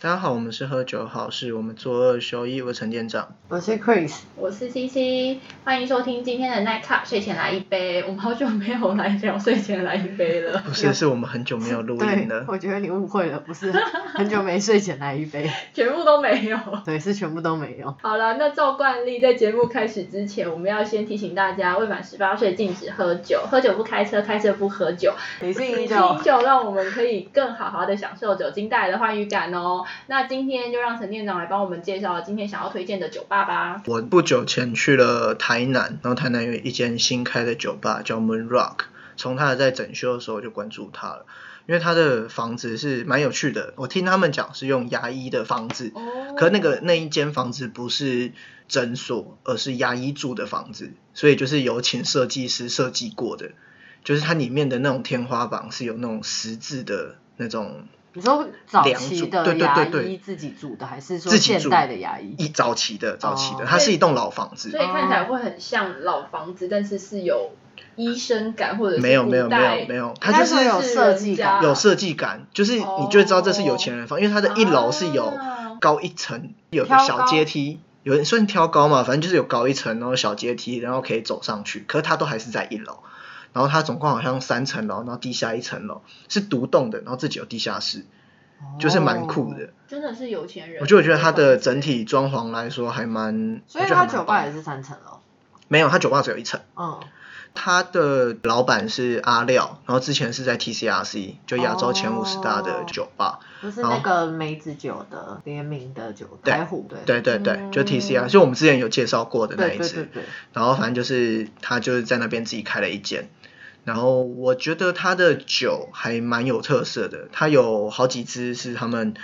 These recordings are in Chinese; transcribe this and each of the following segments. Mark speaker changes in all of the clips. Speaker 1: 家好，我们是喝酒好事，我们做二休一，我是陈店长。
Speaker 2: 我是 Chris，
Speaker 3: 我是七七，欢迎收听今天的 Night Cup 睡前来一杯。我们好久没有来聊睡前来一杯了，
Speaker 1: 不是，是我们很久没有录音
Speaker 2: 对
Speaker 1: 了，。
Speaker 2: 我觉得你误会了，不是很久没睡前来一杯，
Speaker 3: 全部都没有。
Speaker 2: 对，是全部都没有。
Speaker 3: 好了，那照惯例，在节目开始之前，我们要先提醒大家，未满十八岁禁止喝酒，喝酒不开车，开车不喝酒。
Speaker 2: 理性
Speaker 3: 饮
Speaker 2: 饮
Speaker 3: 酒
Speaker 2: 酒，
Speaker 3: 让我们可以更好好的享受酒精带来的欢愉感哦。那今天就让陈店长来帮我们介绍今天想要推荐的酒吧吧。
Speaker 1: 我不久前去了台南，然后台南有一间新开的酒吧叫 Moon Rock，从他的在整修的时候我就关注他了，因为他的房子是蛮有趣的。我听他们讲是用牙医的房子，
Speaker 3: 哦
Speaker 1: 可那个那一间房子不是诊所，而是牙医住的房子，所以就是有请设计师设计过的，就是它里面的那种天花板是有那种十字的那种
Speaker 2: 你说早
Speaker 1: 梁
Speaker 2: 期
Speaker 1: 祝
Speaker 2: 的
Speaker 1: 对对
Speaker 2: 牙
Speaker 1: 对对
Speaker 2: 医自己煮的，还是说
Speaker 1: 自己
Speaker 2: 现
Speaker 1: 住
Speaker 2: 代的牙医？
Speaker 1: 一早期的早期的，
Speaker 2: 哦
Speaker 1: 它是一栋老房子
Speaker 3: 所，以看起
Speaker 1: 哦
Speaker 3: 来会很像老房子，但是是有医生感或者是
Speaker 1: 没有没有
Speaker 3: 古
Speaker 1: 没
Speaker 3: 代
Speaker 1: 有没有，它就
Speaker 2: 它那
Speaker 1: 是
Speaker 2: 时候有设计感
Speaker 3: 啊
Speaker 1: 有设计感，就是你就会知道这是有钱人房，因为它的一楼是有
Speaker 3: 哦啊
Speaker 1: 高一层，有个
Speaker 2: 挑
Speaker 1: 小
Speaker 2: 高
Speaker 1: 阶梯。有人算挑高嘛，反正就是有高一层，然后小阶梯，然后可以走上去。可是它都还是在一楼，然后它总共好像三层楼，然后地下一层楼是独栋的，然后自己有地下室，就是蛮酷的。
Speaker 2: 哦。
Speaker 3: 真的是有钱人。
Speaker 1: 我就觉得它的整体装潢来说还蛮，
Speaker 2: 所以
Speaker 1: 我觉得还
Speaker 2: 他
Speaker 1: 蛮
Speaker 2: 酒
Speaker 1: 棒
Speaker 2: 吧
Speaker 1: 的
Speaker 2: 也是三层楼。
Speaker 1: 没有，它酒吧只有一层。
Speaker 2: 嗯，
Speaker 1: 他的老板是阿廖，然后之前是在 TCRC，就亚洲前五十大的
Speaker 2: 哦
Speaker 1: 酒吧。
Speaker 2: 就是
Speaker 1: 好
Speaker 2: 那个梅子酒的联名的酒，
Speaker 1: 对
Speaker 2: 台虎对
Speaker 1: 对对对，就
Speaker 3: 嗯
Speaker 1: TCR，就我们之前有介绍过的那
Speaker 2: 对
Speaker 1: 一
Speaker 2: 对
Speaker 1: 次。
Speaker 2: 对对，
Speaker 1: 然后反正就是他就是在那边自己开了一间，然后我觉得他的酒还蛮有特色的，他有好几支是他们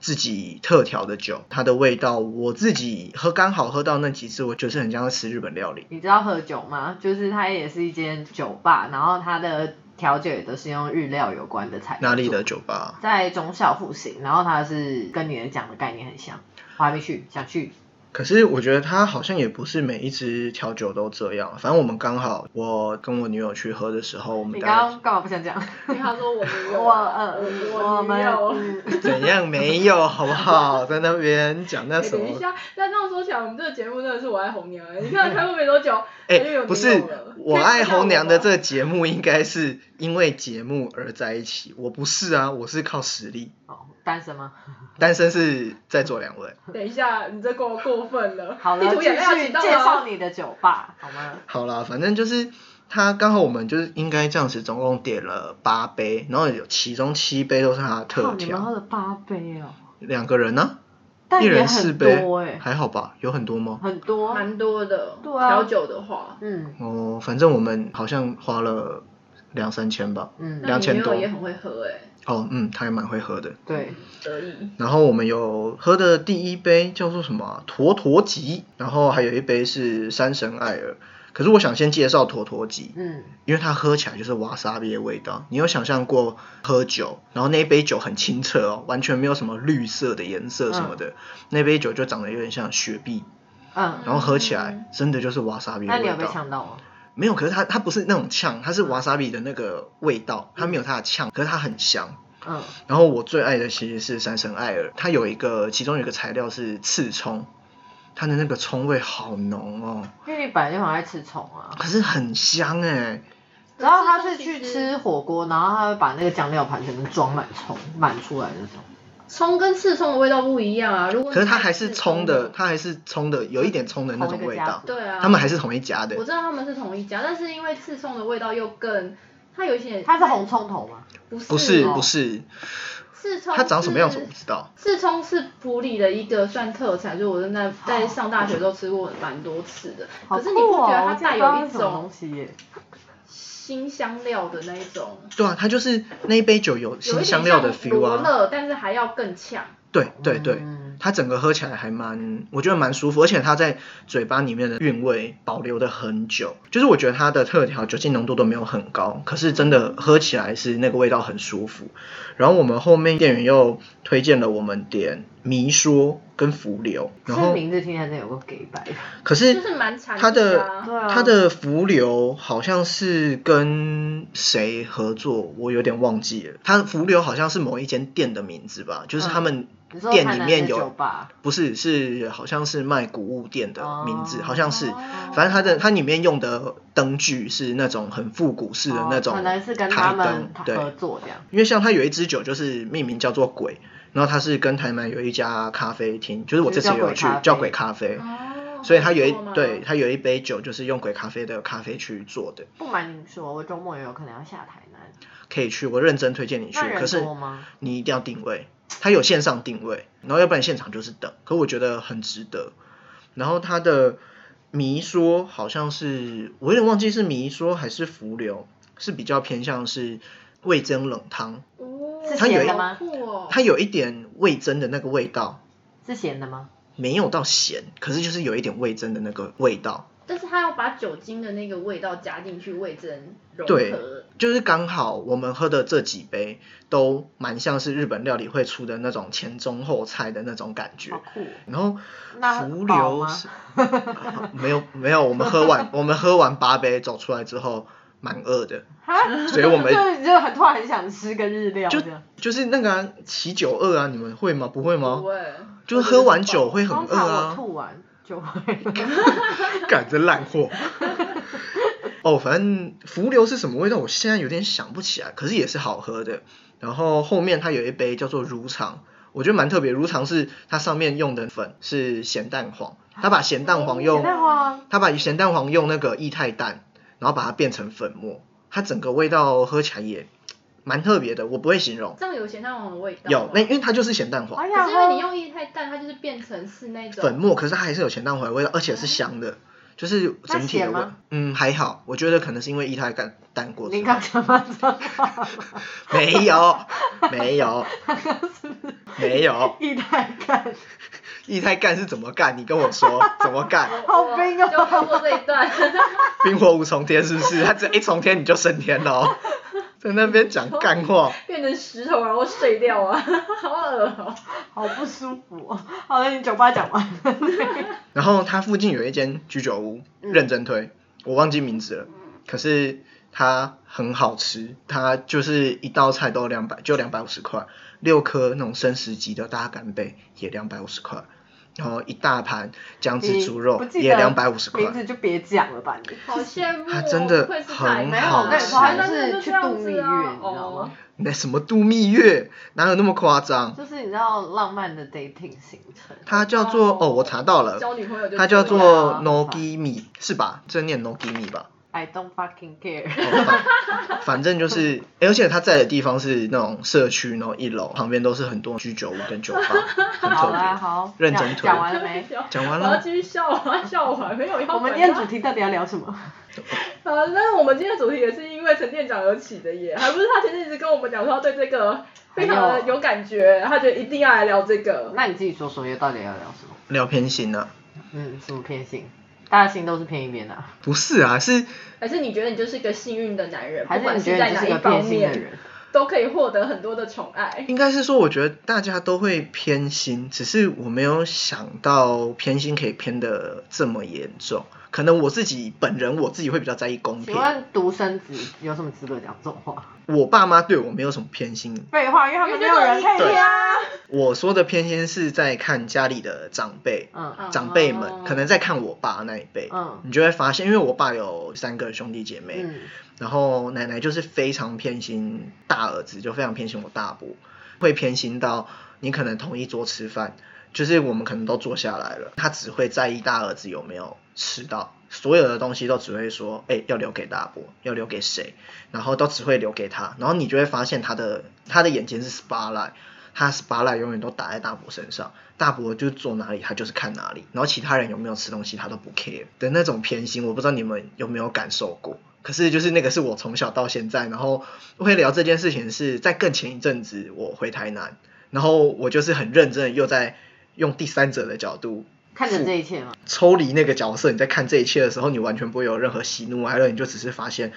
Speaker 1: 自己特调的酒，它的味道我自己喝刚好喝到那几支，我觉得是很像在吃日本料理。
Speaker 2: 你知道喝酒吗？就是它也是一间酒吧，然后它的调酒也都是用日料有关的材料。
Speaker 1: 哪里的？酒吧？
Speaker 2: 在中校复兴，然后它是跟你的讲的概念很像，我还没去，想去。
Speaker 1: 可是我觉得他好像也不是每一支调酒都这样，反正我们刚好我跟我女友去喝的时候，我们
Speaker 2: 你
Speaker 1: 大
Speaker 2: 刚
Speaker 1: 概
Speaker 2: 刚干嘛不想讲？
Speaker 3: 因为他说我没 有，
Speaker 2: 我呃，
Speaker 3: 我
Speaker 2: 我
Speaker 3: 没
Speaker 2: 们
Speaker 3: 有。
Speaker 2: 嗯
Speaker 1: 怎样没有好不好？在那边讲那
Speaker 3: 哎
Speaker 1: 什
Speaker 3: 等一
Speaker 1: 么？
Speaker 3: 下，那这样说起来，我们这个节目真的是我爱红娘。哎你看开播没多久，
Speaker 1: 哎、
Speaker 3: 他就有女
Speaker 1: 不是
Speaker 3: 友了，
Speaker 1: 我爱红娘的这
Speaker 3: 可以
Speaker 1: 个节目应该是因为节目而在一起，我不是啊，我是靠实力。
Speaker 2: 哦单身吗？
Speaker 1: 单身是在座两位。
Speaker 3: 这样吗等一下，你这过过分了。
Speaker 2: 好
Speaker 3: 地
Speaker 2: 了，
Speaker 3: 图
Speaker 2: 继
Speaker 3: 也要
Speaker 2: 续
Speaker 3: 请到哦
Speaker 2: 介绍
Speaker 3: 了。
Speaker 2: 你的酒吧好吗？
Speaker 1: 好啦，反正就是他刚好我们就是应该这样子，总共点了八杯，然后有其中七杯都是他的
Speaker 2: 靠，
Speaker 1: 特
Speaker 2: 哦你们喝
Speaker 1: 调，
Speaker 2: 了八杯哦，
Speaker 1: 两个人呢、
Speaker 2: 但
Speaker 1: 一
Speaker 2: 也
Speaker 1: 人四
Speaker 2: 很
Speaker 1: 杯
Speaker 2: 多哎，，
Speaker 1: 还好吧？有很多吗？
Speaker 2: 很多。
Speaker 3: 蛮多的，
Speaker 2: 哦对啊
Speaker 3: 调酒的话，
Speaker 2: 嗯
Speaker 1: 哦，反正我们好像花了两三千吧。
Speaker 2: 嗯，
Speaker 3: 那
Speaker 1: 两
Speaker 3: 你
Speaker 1: 千
Speaker 3: 女
Speaker 1: 多
Speaker 3: 友也很会喝哎，
Speaker 1: 哦，嗯，他也蛮会喝的。
Speaker 2: 对，
Speaker 3: 得意。
Speaker 1: 然后我们有喝的第一杯叫做什么啊陀陀吉，然后还有一杯是山神艾尔。可是我想先介绍陀陀吉，
Speaker 2: 嗯，
Speaker 1: 因为它喝起来就是瓦萨比的味道。你有想象过喝酒，然后那一杯酒很清澈哦，完全没有什么绿色的颜色什么的，那杯酒就长得有点像雪碧，
Speaker 2: 嗯，
Speaker 1: 然后喝起来真的就是瓦萨比的
Speaker 2: 那
Speaker 1: 味道。
Speaker 2: 你有被呛到吗？
Speaker 1: 没有，可是它它不是那种呛，它是瓦萨比的那个味道，它没有它的呛，可是它很香。
Speaker 2: 嗯，
Speaker 1: 然后我最爱的其实是山神艾尔，它有一个其中有一个材料是刺葱，它的那个葱味好浓哦，
Speaker 2: 因为你本来就很爱吃虫啊。
Speaker 1: 可是很香哎、
Speaker 2: 然后他是去吃火锅，然后他会把那个酱料盘全部装满葱，满出来那种。
Speaker 3: 葱跟刺葱的味道不一样啊，如果你
Speaker 1: 可是它还
Speaker 3: 吃
Speaker 1: 是葱的，，它还是葱的，有一点葱的那种
Speaker 2: 同一个
Speaker 1: 味
Speaker 2: 家
Speaker 1: 道
Speaker 2: 族，
Speaker 3: 对啊，
Speaker 1: 他们还是同一家的
Speaker 3: 我。知道他们是同一家，但是因为刺葱的味道又更，它有一些
Speaker 2: 它是红葱头吗？
Speaker 3: 不是
Speaker 1: 不是
Speaker 2: 哦
Speaker 1: 不是，
Speaker 3: 刺葱，
Speaker 1: 它长什么样子我不知。道。
Speaker 3: 刺葱是普里的一个算特产，就我在那在上大学的时候吃过蛮多次的。
Speaker 2: 哦好
Speaker 3: 可是
Speaker 2: 酷
Speaker 3: 你不觉
Speaker 2: 哦！
Speaker 3: 得
Speaker 2: 我
Speaker 3: 它
Speaker 2: 竟然
Speaker 3: 带
Speaker 2: 不知道
Speaker 3: 有
Speaker 2: 那
Speaker 3: 一
Speaker 2: 是什么
Speaker 3: 种
Speaker 2: 东西耶？
Speaker 3: 新香料的那一种，
Speaker 1: 对啊，它就是那一杯酒有
Speaker 3: 有
Speaker 1: 新
Speaker 3: 一点
Speaker 1: 香料的
Speaker 3: 像
Speaker 1: feel
Speaker 3: 罗
Speaker 1: 啊。
Speaker 3: 勒，但是还要更呛。
Speaker 1: 对对对，
Speaker 2: 嗯
Speaker 1: 它整个喝起来还蛮，我觉得蛮舒服，而且它在嘴巴里面的韵味保留的很久。就是我觉得它的特调酒精浓度都没有很高，可是真的喝起来是那个味道很舒服。然后我们后面店员又推荐了我们点迷说，跟伏流，然
Speaker 2: 这
Speaker 1: 后
Speaker 2: 名字听起来真的有个给白的，
Speaker 1: 可
Speaker 4: 就是是蛮惨
Speaker 1: 它的
Speaker 4: 啊。
Speaker 2: 对啊，
Speaker 1: 它的伏流好像是跟谁合作，我有点忘记了。它伏流好像是某一间店的名字吧，就是他们
Speaker 2: 嗯你说
Speaker 1: 店
Speaker 2: 台
Speaker 1: 里
Speaker 2: 南
Speaker 1: 面
Speaker 2: 的酒
Speaker 1: 有，
Speaker 2: 吧
Speaker 1: 不是是好像是卖古物店的名字，
Speaker 2: 哦
Speaker 1: 好像是。
Speaker 4: 哦
Speaker 1: 反正它的它里面用的灯具是那种很复古式的那种
Speaker 2: 哦可能是跟他
Speaker 1: 台
Speaker 2: 们
Speaker 1: 灯，对，
Speaker 2: 合作这样。
Speaker 1: 因为像它有一支酒就是命名叫做鬼，然后它是跟台南有一家咖啡厅，就是我这次也有去
Speaker 2: 就是叫
Speaker 1: 叫
Speaker 2: 鬼
Speaker 1: 鬼咖啡，
Speaker 4: 哦
Speaker 1: 所以它有一
Speaker 4: 不错嘛
Speaker 1: 对它有一杯酒就是用鬼咖啡的咖啡去做的，
Speaker 2: 不瞒您说，我周末也有可能要下台南。
Speaker 1: 可以去，我认真推荐你去
Speaker 2: 那。人
Speaker 1: 可是
Speaker 2: 多吗
Speaker 1: 你一定要定位，它有线上定位，然后要不然现场就是等，可我觉得很值得。然后它的迷说好像是我有点忘记是迷说还是浮流，是比较偏向是味增冷汤，
Speaker 4: 哦
Speaker 2: 是
Speaker 1: 它有
Speaker 2: 咸
Speaker 1: 一
Speaker 2: 的吗？
Speaker 4: 酷哦
Speaker 1: 它有一点味增的那个味道。
Speaker 2: 是咸的吗？
Speaker 1: 没有到咸，可是就是有一点味增的那个味道，
Speaker 4: 但是它要把酒精的那个味道加进去，味增融
Speaker 1: 对
Speaker 4: 合。
Speaker 1: 就是刚好我们喝的这几杯都蛮像是日本料理会出的那种前中后菜的那种感
Speaker 2: 好
Speaker 1: 觉。
Speaker 2: 酷哦。
Speaker 1: 然后
Speaker 2: 那
Speaker 1: 浮
Speaker 2: 饱
Speaker 1: 流
Speaker 2: 吗
Speaker 1: 是没有没有，我们喝完我们喝完八杯走出来之后蛮饿的，
Speaker 2: 哈
Speaker 1: 所以我们
Speaker 2: 就就很突然很想吃个日料
Speaker 1: 就
Speaker 2: 这样。
Speaker 1: 就是那个啊起酒饿啊，你们会吗？不会吗
Speaker 4: 不？会
Speaker 1: 就是喝完酒会很
Speaker 2: 通
Speaker 1: 饿
Speaker 2: 常我
Speaker 1: 啊，
Speaker 2: 吐完就会
Speaker 1: 赶着烂 货。哦，反正浮流是什么味道，我现在有点想不起来，可是也是好喝的。然后后面它有一杯叫做如常，我觉得蛮特别。如常是它上面用的粉是咸蛋黄，它把咸蛋黄
Speaker 2: 咸
Speaker 1: 用
Speaker 2: 蛋黄
Speaker 1: 它把咸蛋黄用那个液态蛋，然后把它变成粉末，它整个味道喝起来也蛮特别的，我不会形容。
Speaker 4: 这样有咸蛋黄的味道吗。
Speaker 1: 有，那因为它就是咸蛋黄
Speaker 2: 哎好
Speaker 4: 可
Speaker 2: 想
Speaker 4: 是因为
Speaker 2: 喝
Speaker 4: 你。用液态蛋，它就是变成是那种
Speaker 1: 粉末，可是它还是有咸蛋黄的味道，而且是香的，就是整体
Speaker 2: 哎
Speaker 1: 的味
Speaker 2: 那咸吗。
Speaker 1: 嗯，还好，我觉得可能是因为液态蛋蛋过之
Speaker 2: 你
Speaker 1: 后。
Speaker 2: 刚讲到这个
Speaker 1: 没有，没 有，没有，
Speaker 2: 一太干，
Speaker 1: 液态干是怎么干？你跟我说怎么干？
Speaker 2: 好冰哦
Speaker 4: 啊就喝过这一 段，
Speaker 1: 冰火五重天是不是？它只要一重天你就升天了哦，在那边讲干话。
Speaker 4: 变成石头然后碎掉啊，好恶哦、
Speaker 2: 好不舒服哦。好了，你酒吧讲完了。
Speaker 1: 然后它附近有一间居酒屋，
Speaker 2: 嗯
Speaker 1: 认真推，我忘记名字了，可是它很好吃，它就是一道菜都两百，就两百五十块，六颗那种生食级的大干贝也两百五十块，然后一大盘姜汁猪肉
Speaker 2: 你不记得
Speaker 1: 也两百五十块
Speaker 2: 名，字就别讲了吧，你。
Speaker 4: 好羡慕、哦。
Speaker 1: 它真的
Speaker 4: 不愧是
Speaker 1: 很
Speaker 4: 奶奶
Speaker 1: 好
Speaker 4: 啊
Speaker 1: 吃没有我
Speaker 4: 台
Speaker 1: 跟你说
Speaker 4: 南
Speaker 1: 它
Speaker 2: 就是
Speaker 4: 真的
Speaker 2: 去
Speaker 4: 这样
Speaker 2: 度
Speaker 4: 子
Speaker 2: 蜜月
Speaker 4: 啊
Speaker 2: 你知道吗
Speaker 4: 哦
Speaker 1: 那什么度蜜月，哪有那么夸张？
Speaker 2: 就是你知道浪漫的 dating 行程，
Speaker 1: 它叫做哦，我查到了，
Speaker 4: 交女朋友就
Speaker 1: 它叫做
Speaker 4: 出来
Speaker 2: 了啊
Speaker 1: Nogimi 是吧？这念 Nogimi 吧？
Speaker 2: I don't fucking care。
Speaker 1: 反反正就是、欸而且他在的地方是那种社区，然后一楼旁边都是很多居酒屋跟 酒吧，很
Speaker 2: 好
Speaker 1: 特
Speaker 2: 啦，
Speaker 1: 别。
Speaker 2: 好，
Speaker 1: 认
Speaker 2: 讲
Speaker 1: 真推
Speaker 2: 讲完了没？
Speaker 1: 讲完
Speaker 4: 哎我要
Speaker 1: 了，
Speaker 4: 继续笑啊，笑完没有要
Speaker 2: 我们
Speaker 4: 回
Speaker 2: 今天
Speaker 4: 答
Speaker 2: 主题到底要聊什么？
Speaker 4: 呃，但是我们今天的主题也是因为陈店长而起的耶，还不是他前阵子跟我们讲说他对这个非常的有感觉，他觉得一定要来聊这个。
Speaker 2: 那你自己说说，又到底要聊什么？
Speaker 1: 聊偏心了、
Speaker 2: 嗯，什么偏心？大家心都是偏一边的啊、
Speaker 1: 不是啊，是
Speaker 4: 还是你觉得你就是一个幸运的男人，
Speaker 2: 还
Speaker 4: 不
Speaker 2: 是
Speaker 4: 管
Speaker 2: 你觉得
Speaker 4: 在
Speaker 2: 你
Speaker 4: 哪
Speaker 2: 就是
Speaker 4: 一
Speaker 2: 个
Speaker 4: 方
Speaker 2: 偏心的
Speaker 4: 面，
Speaker 2: 人？
Speaker 4: 都可以获得很多的宠 爱。
Speaker 1: 应该是说，我觉得大家都会偏心，只是我没有想到偏心可以偏的这么严重。可能我自己本人我自己会比较在意公
Speaker 2: 请
Speaker 1: 平，
Speaker 2: 问独生子有什么资格讲这种话？
Speaker 1: 我爸妈对我没有什么偏心。
Speaker 2: 废话，因为他们没有人配
Speaker 1: 对
Speaker 2: 啊。
Speaker 1: 我说的偏心是在看家里的长辈，
Speaker 2: 嗯
Speaker 1: 长辈
Speaker 4: 哦
Speaker 1: 们可能在看我爸那一辈，
Speaker 2: 嗯
Speaker 1: 你就会发现，因为我爸有三个兄弟姐妹，
Speaker 2: 嗯，
Speaker 1: 然后奶奶就是非常偏心大儿子，就非常偏心我大伯，会偏心到你可能同一桌吃饭，就是我们可能都坐下来了，他只会在意大儿子有没有吃到，所有的东西都只会说，哎、要留给大伯，要留给谁，然后都只会留给他，然后你就会发现他的他的眼睛是 spotlight。他 spotlight 永远都打在大伯身上，大伯就坐哪里，他就是看哪里，然后其他人有没有吃东西，他都不 care 的那种偏心，我不知道你们有没有感受过。可是就是那个是我从小到现在，然后会聊这件事情是在更前一阵子我回台南，然后我就是很认真的又在用第三者的角度
Speaker 2: 看着这一切嘛，
Speaker 1: 抽离那个角色，你在看这一切的时候，你完全不会有任何喜怒哀乐，你就只是发现，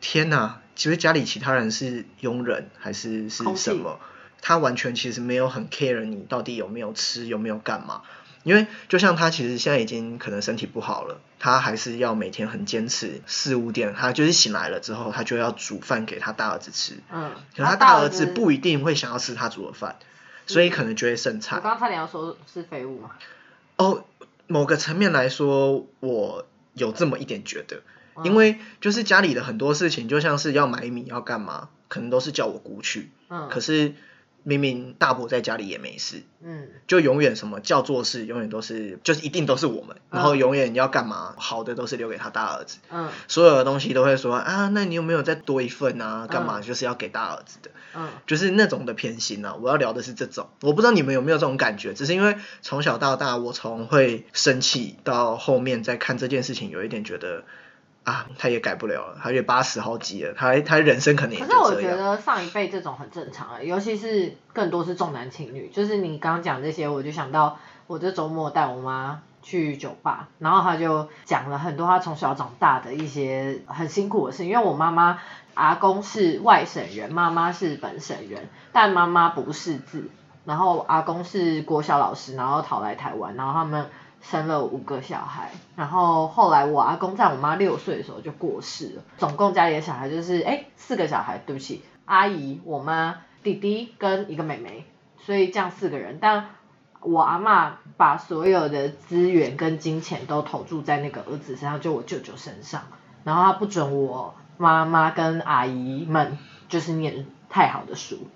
Speaker 1: 天哪，其实家里其他人是佣人还是是
Speaker 2: 空气
Speaker 1: 什么？他完全其实没有很 care 你到底有没有吃，有没有干嘛。因为就像他其实现在已经可能身体不好了，他还是要每天很坚持四五点，他就是醒来了之后，他就要煮饭给他大儿子吃。
Speaker 2: 嗯，
Speaker 1: 可他大儿子不一定会想要吃他煮的饭，所以可能就会剩
Speaker 2: 我
Speaker 1: 菜。
Speaker 2: 刚刚差点要说是废物嘛，
Speaker 1: 哦，某个层面来说，我有这么一点觉得，
Speaker 2: 嗯
Speaker 1: 因为就是家里的很多事情，就像是要买米要干嘛，可能都是叫我姑去，
Speaker 2: 嗯，
Speaker 1: 可是明明大伯在家里也没事，
Speaker 2: 嗯
Speaker 1: 就永远什么叫做事，永远都是就是一定都是我们，然后永远要干嘛，好的都是留给他大儿子，
Speaker 2: 嗯
Speaker 1: 所有的东西都会说啊，那你有没有再多一份啊？干嘛
Speaker 2: 嗯
Speaker 1: 就是要给大儿子的。
Speaker 2: 嗯
Speaker 1: 就是那种的偏心啊。我要聊的是这种，我不知道你们有没有这种感觉，只是因为从小到大，我从会生气到后面再看这件事情，有一点觉得啊，他也改不了了，他也八十好几了，他他人生可能也
Speaker 2: 可
Speaker 1: 就是
Speaker 2: 我
Speaker 1: 这
Speaker 2: 觉
Speaker 1: 样。
Speaker 2: 得上一辈这种很正常啊，尤其是更多是重男轻女。就是你刚刚讲这些，我就想到我这周末带我妈去酒吧，然后她就讲了很多她从小长大的一些很辛苦的事，因为我妈妈阿公是外省人，妈妈是本省人，但妈妈不识字，然后阿公是国小老师，然后逃来台湾，然后他们。生了五个小孩，然后后来我阿公在我妈六岁的时候就过世了，总共家里的小孩就是哎四个小孩，对不起，阿姨、我妈、弟弟跟一个妹妹，所以这样四个人。但我阿嬷把所有的资源跟金钱都投注在那个儿子身上，就我舅舅身上，然后他不准我妈妈跟阿姨们就是念太好的书，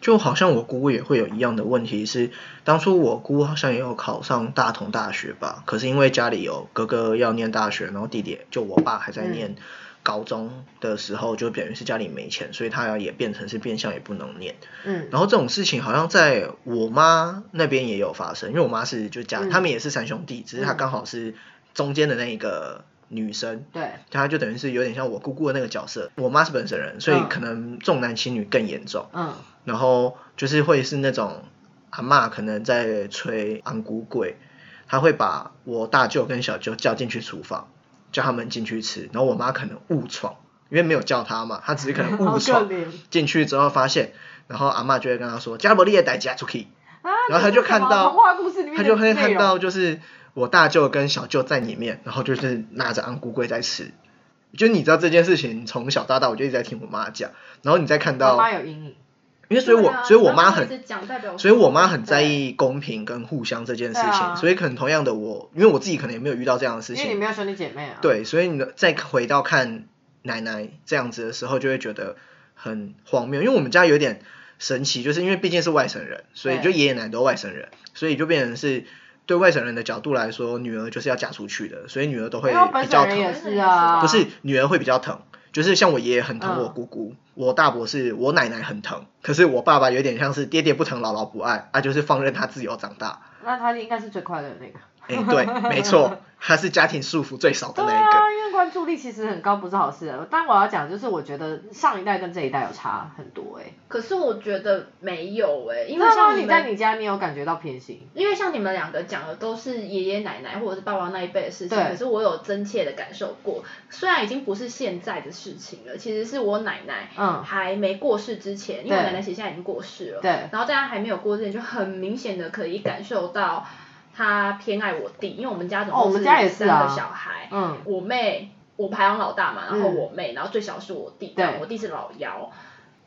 Speaker 1: 就好像我姑也会有一样的问题是，当初我姑好像也有考上大同大学吧，可是因为家里有哥哥要念大学，然后弟弟就我爸还在念
Speaker 2: 嗯
Speaker 1: 高中的时候，就等于是家里没钱，所以他也变成是变相也不能念。
Speaker 2: 嗯
Speaker 1: 然后这种事情好像在我妈那边也有发生，因为我妈是就家，
Speaker 2: 嗯
Speaker 1: 他们也是三兄弟，只是她刚好是中间的那一个女生，
Speaker 2: 对，
Speaker 1: 她就等于是有点像我姑姑的那个角色。我妈是本省人，所以
Speaker 2: 嗯
Speaker 1: 可能重男轻女更严重。
Speaker 2: 嗯
Speaker 1: 然后就是会是那种阿嬷可能在吹昂古鬼，她会把我大舅跟小舅叫进去厨房，叫他们进去吃，然后我妈可能误闯，因为没有叫她嘛，她只是可能
Speaker 2: 好
Speaker 1: 误
Speaker 2: 可
Speaker 1: 闯
Speaker 2: 怜
Speaker 1: 进去之后发现，然后阿嬷就会跟她说：“加伯利也带家出去。”
Speaker 2: 啊，
Speaker 1: 然后他就看
Speaker 2: 这是什么
Speaker 1: 到
Speaker 2: 童话故事里面
Speaker 1: 他
Speaker 2: 的
Speaker 1: 就会看
Speaker 2: 内容
Speaker 1: 到就是我大舅跟小舅在里面，然后就是拿着安菇龟在吃。就你知道这件事情，从小到大我就一直在听我妈讲，然后你再看
Speaker 2: 妈
Speaker 1: 到，
Speaker 2: 妈有阴影，
Speaker 1: 因为所以我、
Speaker 3: 对啊
Speaker 1: 所以我妈
Speaker 3: 妈妈一
Speaker 1: 很
Speaker 3: 直讲代表
Speaker 1: 所以我妈很在意公平跟互相这件事情，
Speaker 2: 对啊
Speaker 1: 所以可能同样的我，因为我自己可能也没有遇到这样的事
Speaker 2: 因为你
Speaker 1: 情，
Speaker 2: 没有兄弟姐妹啊。，
Speaker 1: 对，所以你再回到看奶奶这样子的时候，就会觉得很荒谬，因为我们家有点神奇，就是因为毕竟是外省人，所以
Speaker 2: 对
Speaker 1: 就爷爷奶奶都外省人，所以就变成是对外省人的角度来说，女儿就是要嫁出去的，所以女儿都会
Speaker 2: 因为
Speaker 1: 比
Speaker 2: 本
Speaker 1: 较
Speaker 2: 哎省人
Speaker 1: 疼
Speaker 2: 也，是啊，
Speaker 1: 不是女儿会比较疼。就是像我爷爷很疼
Speaker 2: 嗯
Speaker 1: 我姑姑，我大伯是我奶奶很疼，可是我爸爸有点像是爹爹不疼姥姥不爱，啊就是放任他自由长大。
Speaker 2: 那他应该是最快乐的那个。
Speaker 1: 哎、对，没错，他是家庭束缚最少的
Speaker 2: 对
Speaker 1: 那一个。
Speaker 2: 啊，因为关注力其实很高不是好事啊。但我要讲就是，我觉得上一代跟这一代有差很多哎、欸。
Speaker 3: 可是我觉得没有
Speaker 4: 欸
Speaker 3: 哎、因为
Speaker 2: 那
Speaker 3: 像
Speaker 2: 像你
Speaker 3: 们
Speaker 2: 在你家，你有感觉到偏心？
Speaker 3: 因为像你们两个讲的都是爷爷奶奶或者是爸爸那一辈的事情，
Speaker 2: 对
Speaker 3: 可是我有真切的感受过，虽然已经不是现在的事情了，其实是我奶奶
Speaker 2: 嗯，
Speaker 3: 还没过世之前，因为
Speaker 2: 对
Speaker 3: 我奶奶其实现在已经过世了，
Speaker 2: 对，
Speaker 3: 然后在她还没有过世之前，就很明显的可以感受到她偏爱我弟，因为我们家总
Speaker 2: 哦我
Speaker 3: 共
Speaker 2: 们家也是
Speaker 3: 三
Speaker 2: 啊
Speaker 3: 个小孩，
Speaker 2: 嗯
Speaker 3: 我妹我排行老大嘛，然后
Speaker 2: 嗯
Speaker 3: 我妹，然后最小是我弟，
Speaker 2: 对
Speaker 3: 然后我弟是老幺。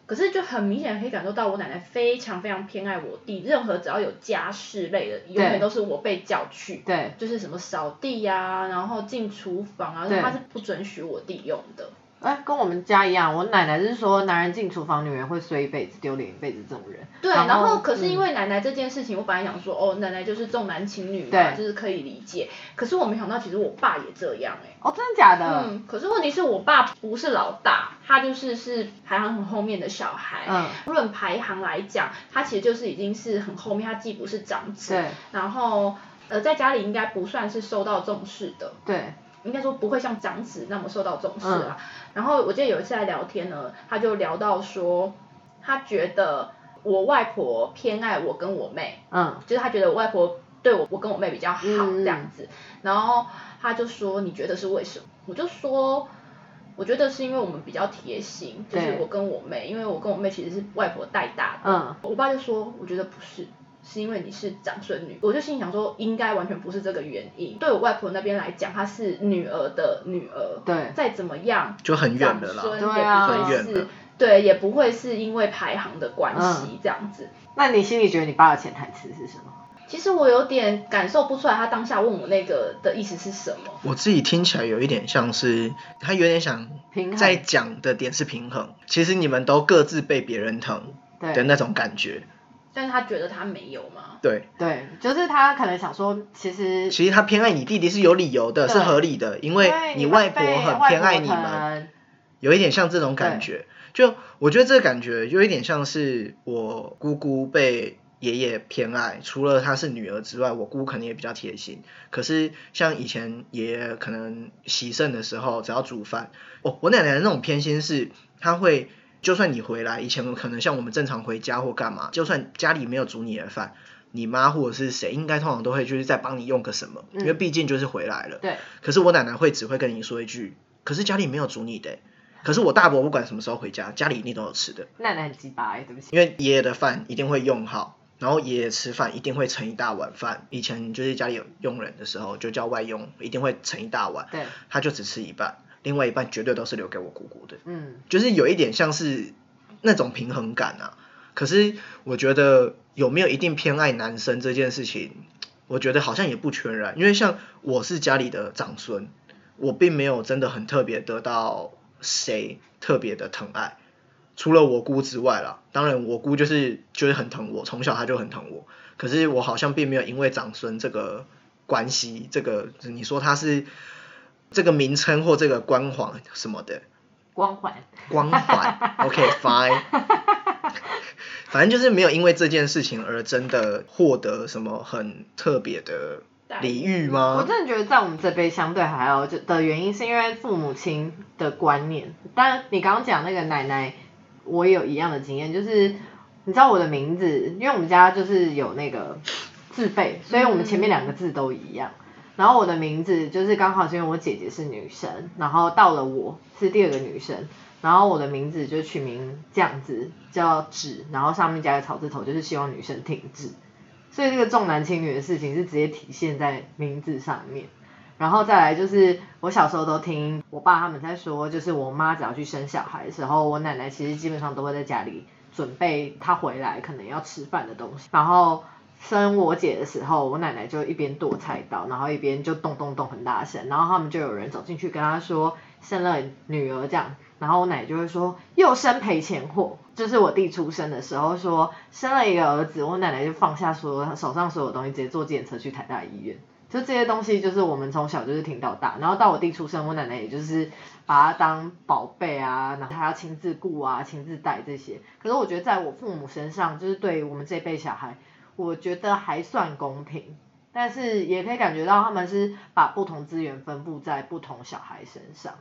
Speaker 3: 可是就很明显可以感受到我奶奶非常非常偏爱我弟，任何只要有家事类的，永远都是我被叫去，
Speaker 2: 对，
Speaker 3: 就是什么扫地呀、然后进厨房啊，
Speaker 2: 对
Speaker 3: 她是不准许我弟用的。
Speaker 2: 哎、跟我们家一样，我奶奶是说男人进厨房，女人会睡一辈子，丢脸一辈子这种人。
Speaker 3: 对，然
Speaker 2: 后
Speaker 3: 后可是因
Speaker 2: 嗯
Speaker 3: 为奶奶这件事情，我本来想说，哦，奶奶就是重男轻女嘛，
Speaker 2: 对
Speaker 3: 就是可以理解。可是我没想到，其实我爸也这样哎、
Speaker 2: 哦，真的假的？
Speaker 3: 嗯，可是问题是我爸不是老大，他就是是排行很后面的小孩。
Speaker 2: 嗯，
Speaker 3: 论排行来讲，他其实就是已经是很后面，他既不是长子，
Speaker 2: 对
Speaker 3: 然后呃，在家里应该不算是受到重视的。
Speaker 2: 对，
Speaker 3: 应该说不会像长子那么受到重视啦。
Speaker 2: 嗯
Speaker 3: 然后我记得有一次在聊天呢，他就聊到说，他觉得我外婆偏爱我跟我妹，
Speaker 2: 嗯
Speaker 3: 就是他觉得我外婆对我我跟我妹比较好
Speaker 2: 嗯
Speaker 3: 这样子。然后他就说你觉得是为什么？我就说。我觉得是因为我们比较贴心，就是
Speaker 2: 对
Speaker 3: 我跟我妹，因为我跟我妹其实是外婆带大的，
Speaker 2: 嗯，
Speaker 3: 我爸就说，我觉得不是，是因为你是长孙女。我就心里想说，应该完全不是这个原因。对我外婆那边来讲，她是女儿的女儿，
Speaker 2: 对
Speaker 3: 再怎么样，
Speaker 1: 就很远的啦
Speaker 3: 长孙也
Speaker 2: 对啊
Speaker 3: 不
Speaker 1: 很
Speaker 3: 会
Speaker 1: 远
Speaker 3: 是
Speaker 1: 的，
Speaker 3: 对，也不会是因为排行的关
Speaker 2: 嗯
Speaker 3: 系这样子。
Speaker 2: 那你心里觉得你爸的潜台词是什么？
Speaker 3: 其实我有点感受不出来，他当下问我那个的意思是什么。
Speaker 1: 我自己听起来有一点像是，他有点想
Speaker 2: 平衡
Speaker 1: 在讲的点是平衡，其实你们都各自被别人疼
Speaker 2: 对
Speaker 1: 的那种感觉。
Speaker 3: 但是他觉得他没有嘛，
Speaker 1: 对，
Speaker 2: 对，就是他可能想说，其实
Speaker 1: 其实他偏爱你弟弟是有理由的，
Speaker 2: 嗯对
Speaker 1: 是合理的，因为
Speaker 2: 对
Speaker 1: 你
Speaker 2: 们
Speaker 1: 外婆
Speaker 2: 被
Speaker 1: 很
Speaker 2: 外
Speaker 1: 偏
Speaker 2: 婆
Speaker 1: 爱你们，
Speaker 2: 疼，
Speaker 1: 有一点像这种感觉。就我觉得这个感觉有一点像是我姑姑被爷爷偏爱，除了她是女儿之外，我姑可能也比较贴心。可是像以前爷爷可能喜盛的时候，只要煮饭，哦我、我奶奶的那种偏心是，她会。就算你回来，以前可能像我们正常回家或干嘛，就算家里没有煮你的饭，你妈或者是谁，应该通常都会就是再帮你用个什么，
Speaker 2: 嗯
Speaker 1: 因为毕竟就是回来了。
Speaker 2: 对
Speaker 1: 可是我奶奶会只会跟你说一句，可是家里没有煮你的欸、可是我大伯不管什么时候回家，家里一定都有吃的，
Speaker 2: 奶奶很鸡巴欸，对不起。
Speaker 1: 因为爷爷的饭一定会用好，然后爷爷吃饭一定会盛一大碗饭。以前就是家里有佣人的时候，就叫外佣，一定会盛一大碗，
Speaker 2: 对，
Speaker 1: 他就只吃一半，另外一半绝对都是留给我姑姑的。
Speaker 2: 嗯，
Speaker 1: 就是有一点像是那种平衡感啊。可是我觉得有没有一定偏爱男生这件事情，我觉得好像也不全然，因为像我是家里的长孙，我并没有真的很特别得到谁特别的疼爱，除了我姑之外啦。当然我姑就是就是很疼我，从小她就很疼我。可是我好像并没有因为长孙这个关系，这个你说她是这个名称或这个光环什么的，
Speaker 2: 光环，
Speaker 1: 光 环，OK fine，反正就是没有因为这件事情而真的获得什么很特别的礼遇
Speaker 2: 我
Speaker 1: 吗？
Speaker 2: 真的觉得在我们这辈相对还好就的原因，是因为父母亲的观念。当然，你刚刚讲那个奶奶，我也有一样的经验，就是你知道我的名字，因为我们家就是有那个自费，所以我们前面两个字都一样。然后我的名字就是刚好是因为我姐姐是女生，然后到了我是第二个女生，然后我的名字就取名这样子叫芷，然后上面加个草字头，就是希望女生挺直。所以这个重男轻女的事情是直接体现在名字上面。然后再来就是，我小时候都听我爸他们在说，就是我妈只要去生小孩的时候，我奶奶其实基本上都会在家里准备她回来可能要吃饭的东西。然后生我姐的时候，我奶奶就一边剁菜刀，然后一边就咚咚咚很大声，然后他们就有人走进去跟她说生了女儿这样，然后我奶就会说又生赔钱货，就是我弟出生的时候说生了一个儿子，我奶奶就放下所有手上所有东西，直接坐计程车去台大医院。就这些东西，就是我们从小就是听到大，然后到我弟出生，我奶奶也就是把他当宝贝啊，然后他要亲自顾啊，亲自带这些。可是我觉得在我父母身上，就是对于我们这一辈小孩，我觉得还算公平，但是也可以感觉到他们是把不同资源分布在不同小孩身上。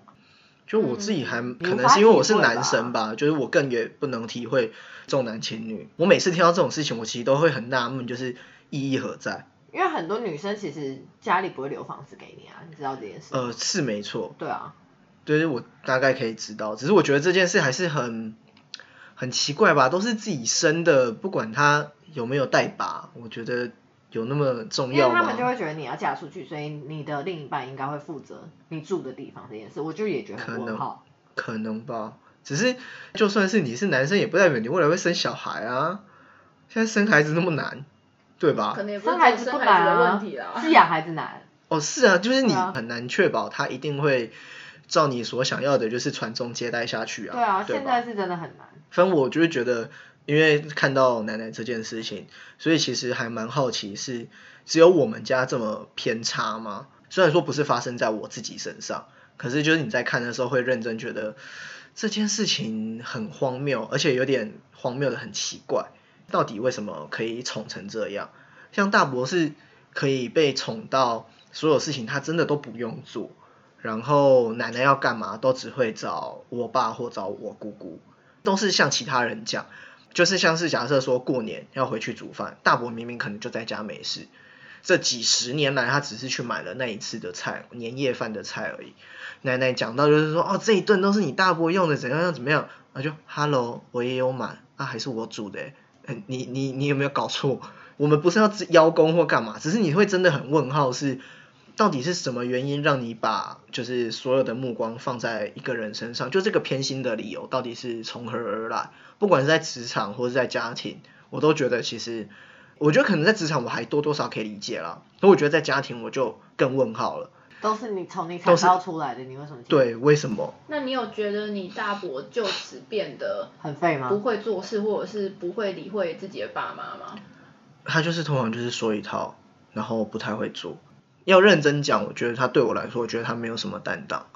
Speaker 1: 就我自己还
Speaker 2: 嗯法
Speaker 1: 可能是因为我是
Speaker 2: 体会
Speaker 1: 男生吧，就是我更也不能体会重男轻女。我每次听到这种事情，我其实都会很纳闷，就是意义何在？
Speaker 2: 因为很多女生其实家里不会留房子给你啊，你知道这件事？
Speaker 1: 呃，是没错，
Speaker 2: 对啊，
Speaker 1: 就是我大概可以知道，只是我觉得这件事还是很很奇怪吧，都是自己生的，不管他有没有带把，我觉得有那么重
Speaker 2: 因为
Speaker 1: 要
Speaker 2: 他们就
Speaker 1: 吗？
Speaker 2: 会觉得你要嫁出去，所以你的另一半应该会负责你住的地方这件事，我就也觉得很
Speaker 1: 可
Speaker 2: 问
Speaker 1: 能
Speaker 2: 号。
Speaker 1: 可能吧，只是就算是你是男生，也不代表你未来会生小孩啊。现在生孩子那么难，对吧
Speaker 3: 可？能也不是
Speaker 2: 生
Speaker 3: 只有
Speaker 2: 孩子
Speaker 3: 生
Speaker 2: 不
Speaker 3: 孩
Speaker 2: 难
Speaker 3: 子的问
Speaker 2: 啊
Speaker 3: 题啦，，
Speaker 2: 是养孩子难。
Speaker 1: 哦，是啊，就是你
Speaker 2: 对啊
Speaker 1: 很难确保他一定会照你所想要的，就是传宗接代下去啊。
Speaker 2: 对啊，
Speaker 1: 对吧
Speaker 2: 现在是真的很难。
Speaker 1: 反正我就是觉得，因为看到奶奶这件事情，所以其实还蛮好奇是，只有我们家这么偏差吗？虽然说不是发生在我自己身上，可是就是你在看的时候会认真觉得这件事情很荒谬，而且有点荒谬的很奇怪，到底为什么可以宠成这样？像大伯是可以被宠到所有事情他真的都不用做，然后奶奶要干嘛都只会找我爸或找我姑姑，都是向其他人讲，就是像是假设说过年要回去煮饭，大伯明明可能就在家没事，这几十年来，他只是去买了那一次的菜，年夜饭的菜而已。奶奶讲到就是说，哦，这一顿都是你大伯用的，怎样样怎么样，那就 Hello，我也有买，啊，还是我煮的欸，嗯你你你有没有搞错？我们不是要自邀功或干嘛，只是你会真的很问号是，到底是什么原因让你把就是所有的目光放在一个人身上？就这个偏心的理由到底是从何而来？不管是在职场或是在家庭，我都觉得其实，我觉得可能在职场我还多多少可以理解啦，可我觉得在家庭我就更问号了。
Speaker 2: 都是你从你产造出来的，你为什么
Speaker 1: 对，为什么？
Speaker 3: 那你有觉得你大伯就此变得
Speaker 2: 很废吗？
Speaker 3: 不会做事，或者是不会理会自己的爸妈吗？
Speaker 1: 他就是通常就是说一套，然后不太会做。要认真讲，我觉得他对我来说，我觉得他没有什么担当。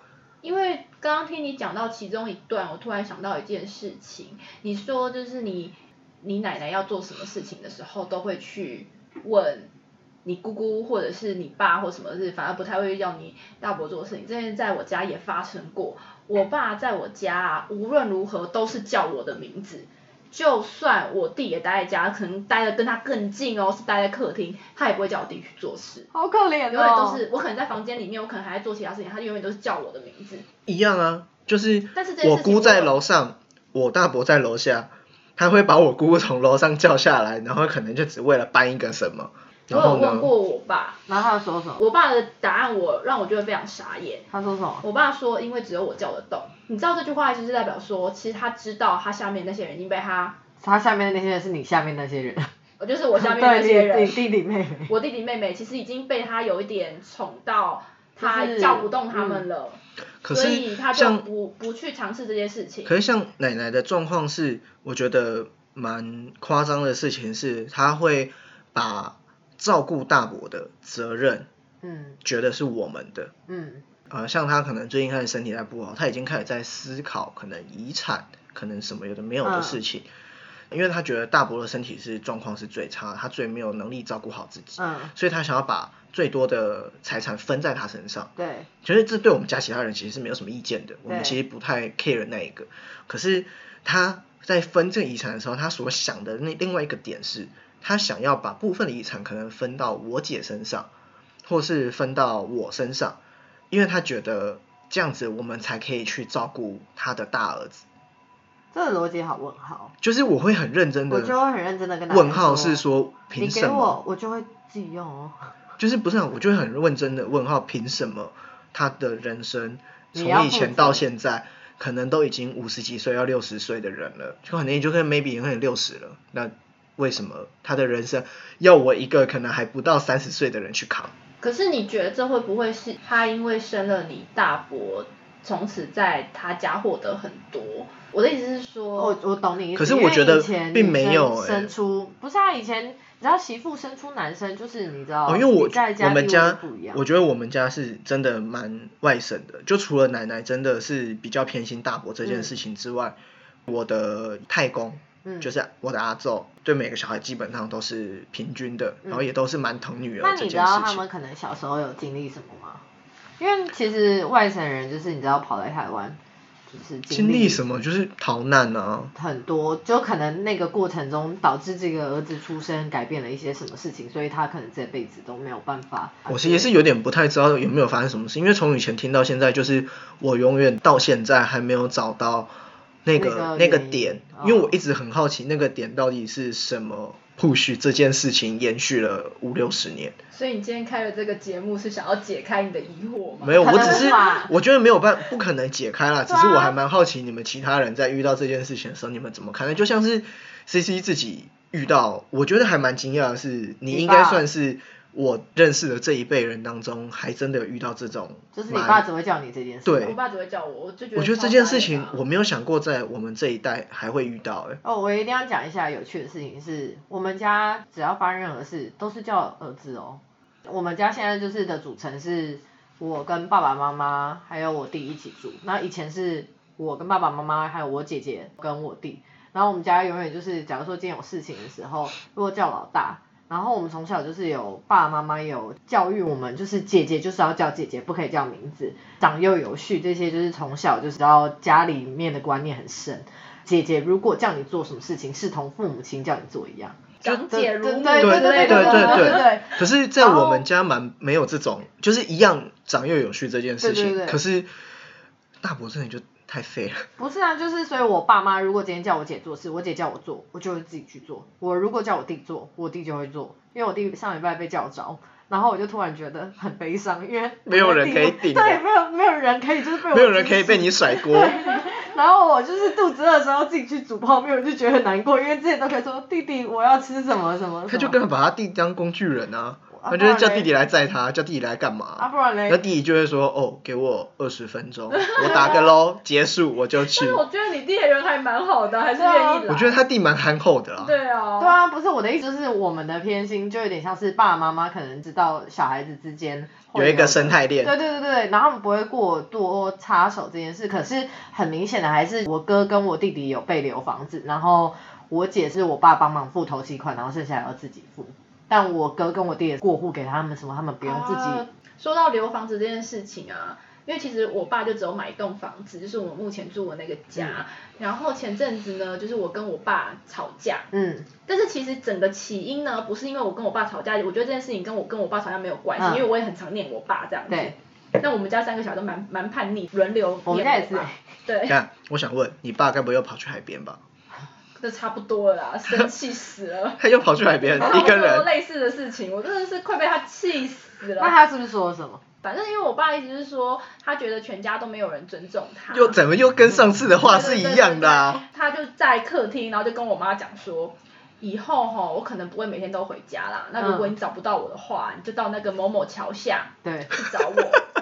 Speaker 3: 因为刚刚听你讲到其中一段，我突然想到一件事情，你说就是你你奶奶要做什么事情的时候，都会去问你姑姑或者是你爸或什么事，反而不太会要你大伯做事情。这件在我家也发生过，我爸在我家啊，无论如何都是叫我的名字。就算我弟也待在家，可能待的跟他更近哦，是待在客厅，他也不会叫我弟去做事。
Speaker 2: 好可怜哦。
Speaker 3: 永远都是我可能在房间里面，我可能还在做其他事情，他永远都是叫我的名字。
Speaker 1: 一样啊，就是
Speaker 3: 但是这件
Speaker 1: 我
Speaker 3: 事情
Speaker 1: 姑在
Speaker 3: 我
Speaker 1: 楼上，我大伯在楼下，他会把我姑从楼上叫下来，然后可能就只为了搬一个什么，
Speaker 3: 我
Speaker 1: 然
Speaker 3: 有
Speaker 1: 后
Speaker 3: 问
Speaker 1: 呢，
Speaker 3: 过我爸，
Speaker 2: 然后他说什么？
Speaker 3: 我爸的答案我让我觉得非常傻眼。
Speaker 2: 他说什么？
Speaker 3: 我爸说，因为只有我叫得动。你知道这句话就是代表说，其实他知道他下面那些人已经被他，
Speaker 2: 他下面的那些人是你下面那些人，
Speaker 3: 我就是我下面那些
Speaker 2: 对
Speaker 3: 人
Speaker 2: 你，弟弟妹妹。
Speaker 3: 我弟弟妹妹其实已经被他有一点宠到，
Speaker 2: 就是
Speaker 3: 他叫不动他们了，
Speaker 1: 嗯可
Speaker 3: 所以
Speaker 1: 是
Speaker 3: 他就
Speaker 1: 像
Speaker 3: 不不去尝试这件事情。
Speaker 1: 可是像奶奶的状况是，我觉得蛮夸张的事情是，她会把照顾大伯的责任
Speaker 2: 嗯
Speaker 1: 觉得是我们的，
Speaker 2: 嗯
Speaker 1: 呃，像他可能最近开始身体在不好，他已经开始在思考可能遗产，可能什么有的没有的事情，因为他觉得大伯的身体是状况是最差，他最没有能力照顾好自己，
Speaker 2: 嗯，
Speaker 1: 所以他想要把最多的财产分在他身上。
Speaker 2: 对，
Speaker 1: 其实这对我们家其他人其实是没有什么意见的，我们
Speaker 2: 对
Speaker 1: 其实不太 care 那一个。可是他在分这个遗产的时候，他所想的那另外一个点是，他想要把部分的遗产可能分到我姐身上，或是分到我身上，因为他觉得这样子我们才可以去照顾他的大儿子。
Speaker 2: 这个逻辑好问号。
Speaker 1: 就是我会很认真的，
Speaker 2: 我就会很认真的跟他
Speaker 1: 问号是说凭
Speaker 2: 你
Speaker 1: 什
Speaker 2: 给
Speaker 1: 么
Speaker 2: 我，？我就会自己用哦。
Speaker 1: 就是不是啊？我就会很认真的问号，凭什么他的人生
Speaker 2: 你要
Speaker 1: 从以
Speaker 2: 负
Speaker 1: 前
Speaker 2: 责
Speaker 1: 到现在，可能都已经五十几岁要六十岁的人了，就可能也就可能 maybe 可能六十了，那为什么他的人生要我一个可能还不到三十岁的人去扛？
Speaker 3: 可是你觉得这会不会是他因为生了你大伯，从此在他家获得很多？我的意思是
Speaker 2: 我
Speaker 3: 说，
Speaker 2: 我懂你意思，
Speaker 1: 可是
Speaker 2: 因
Speaker 1: 我
Speaker 2: 为
Speaker 1: 觉得
Speaker 2: 以前
Speaker 1: 并
Speaker 2: 女
Speaker 1: 没
Speaker 2: 生
Speaker 1: 有欸
Speaker 2: 生出，不是啊，以前你知道媳妇生出男生就是你知道，
Speaker 1: 哦，因为我
Speaker 2: 你在
Speaker 1: 我
Speaker 2: 地
Speaker 1: 们
Speaker 2: 位
Speaker 1: 家
Speaker 2: 不一样，
Speaker 1: 我觉得我们家是真的蛮外省的，就除了奶奶真的是比较偏心大伯这件事情之外，我的太公
Speaker 2: 嗯
Speaker 1: 就是我的阿昼，对每个小孩基本上都是平均的，然后也都是蛮疼女
Speaker 2: 嗯那
Speaker 1: 儿这
Speaker 2: 你知
Speaker 1: 件
Speaker 2: 道
Speaker 1: 事
Speaker 2: 他
Speaker 1: 情。
Speaker 2: 们可能小时候有经历什么吗？因为其实外省人就是你知道跑来台湾，就是
Speaker 1: 经历
Speaker 2: 历
Speaker 1: 什么就是逃难啊，
Speaker 2: 很多，就可能那个过程中导致这个儿子出生改变了一些什么事情，所以他可能这辈子都没有办法。
Speaker 1: 我其实是有点不太知道有没有发生什么事，因为从以前听到现在，就是我永远到现在还没有找到那个
Speaker 2: 那个
Speaker 1: 那个
Speaker 2: 原因
Speaker 1: 点，
Speaker 2: 哦
Speaker 1: 因为我一直很好奇那个点到底是什么 push 这件事情延续了五六十年。
Speaker 3: 所以你今天开了这个节目是想要解开你的疑惑吗？
Speaker 1: 没有，
Speaker 2: 可
Speaker 1: 我
Speaker 2: 能
Speaker 1: 只是
Speaker 2: 吧
Speaker 1: 我觉得没有办不可能解开啦，只
Speaker 2: 对啊
Speaker 1: 是我还蛮好奇你们其他人在遇到这件事情的时候，你们怎么看呢？就像是 C C 自己遇到，我觉得还蛮惊讶的是，你
Speaker 2: 你
Speaker 1: 应该
Speaker 2: 爸
Speaker 1: 算是我认识的这一辈人当中，还真的有遇到这种
Speaker 2: 就是你
Speaker 1: 蛮
Speaker 2: 爸只会叫你这件事。
Speaker 1: 对
Speaker 3: 我爸只会叫我，我就觉得
Speaker 1: 我觉得
Speaker 3: 超
Speaker 1: 这件
Speaker 3: 傻
Speaker 1: 事
Speaker 3: 眼
Speaker 1: 情
Speaker 3: 的啊
Speaker 1: 我没有想过在我们这一代还会遇到、欸，
Speaker 2: 哦，我一定要讲一下有趣的事情是，我们家只要发生任何事都是叫儿子哦。我们家现在就是的组成是我跟爸爸妈妈还有我弟一起住，那以前是我跟爸爸妈妈还有我姐姐跟我弟，然后我们家永远就是假如说今天有事情的时候，如果叫老大。然后我们从小就是有爸爸妈妈有教育我们，就是姐姐就是要叫姐姐，不可以叫名字，长幼有序这些就是从小就知道家里面的观念很深。姐姐如果叫你做什么事情，视同父母亲叫你做一样。
Speaker 3: 长姐如母
Speaker 2: 对
Speaker 1: 对
Speaker 3: 之类的，
Speaker 1: 对对
Speaker 2: 对对
Speaker 1: 可是，在我们家蛮没有这种，就是一样长幼有序这件事情。
Speaker 2: 对对对
Speaker 1: 可是大伯真的就太废了。
Speaker 2: 不是啊，就是所以，我爸妈如果今天叫我姐做事，我姐叫我做，我就会自己去做；我如果叫我弟做，我弟就会做，因为我弟上礼拜被叫着，然后我就突然觉得很悲伤，因为
Speaker 1: 没有人可以
Speaker 2: 我弟
Speaker 1: 顶啊
Speaker 2: 对，没有没有人可以，就是被我
Speaker 1: 没有人
Speaker 2: 支
Speaker 1: 可以
Speaker 2: 持
Speaker 1: 被你甩锅。
Speaker 2: 然后我就是肚子饿的时候自己去煮泡面，我就觉得很难过，因为之前都可以说弟弟我要吃什么什么什么
Speaker 1: 他就根本把他弟当工具人啊，
Speaker 2: 啊
Speaker 1: 他就是叫
Speaker 2: 不然嘞
Speaker 1: 弟弟来载他，叫弟弟来干嘛？
Speaker 2: 啊，不然嘞
Speaker 1: 那，弟弟就会说：“哦，给我二十分钟，我打个喽，结束我就去
Speaker 4: 但。是”我觉得你弟的人还蛮好
Speaker 3: 啊
Speaker 4: 的，还是愿意来。
Speaker 1: 我觉得他弟蛮憨厚的啦。
Speaker 4: 对啊，
Speaker 2: 对啊，不是我的意思，就是我们的偏心就有点像是爸爸妈妈可能知道小孩子之间会
Speaker 1: 有一个生态链
Speaker 2: 对对对对，然后他们不会过多插手这件事，可是很明显的还是我哥跟我弟弟有被留房子，然后我姐是我爸帮忙付头期款，然后剩下来要自己付。但我哥跟我弟也过户给他们什么，他们不用自己。
Speaker 3: 啊说到留房子这件事情啊，因为其实我爸就只有买一栋房子，就是我们目前住的那个家。
Speaker 1: 嗯
Speaker 3: 然后前阵子呢，就是我跟我爸吵架，
Speaker 2: 嗯
Speaker 3: 但是其实整个起因呢，不是因为我跟我爸吵架，我觉得这件事情跟我跟我爸吵架没有关系，
Speaker 2: 嗯
Speaker 3: 因为我也很常念我爸这样子。
Speaker 2: 对。
Speaker 3: 那我们家三个小孩都蛮蛮叛逆，轮流念
Speaker 2: 我们家也是
Speaker 3: 爸对，
Speaker 1: 看，我想问，你爸该不会又跑去海边吧？。
Speaker 3: 这差不多了啦，生气死了
Speaker 1: 他又跑去海边，一个
Speaker 3: 差不多
Speaker 1: 人。
Speaker 3: 类似的事情，我真的是快被他气死
Speaker 2: 那
Speaker 3: 了。
Speaker 2: 他是不是说了什么？
Speaker 3: 反正因为我爸一直是说，他觉得全家都没有人尊重他。
Speaker 1: 又怎么又跟上次的话是一样的、啊？
Speaker 3: 他就在客厅，然后就跟我妈讲说，以后哈，我可能不会每天都回家啦。那如果你找不到我的话，你就到那个某某桥下
Speaker 2: 对，
Speaker 3: 去找我，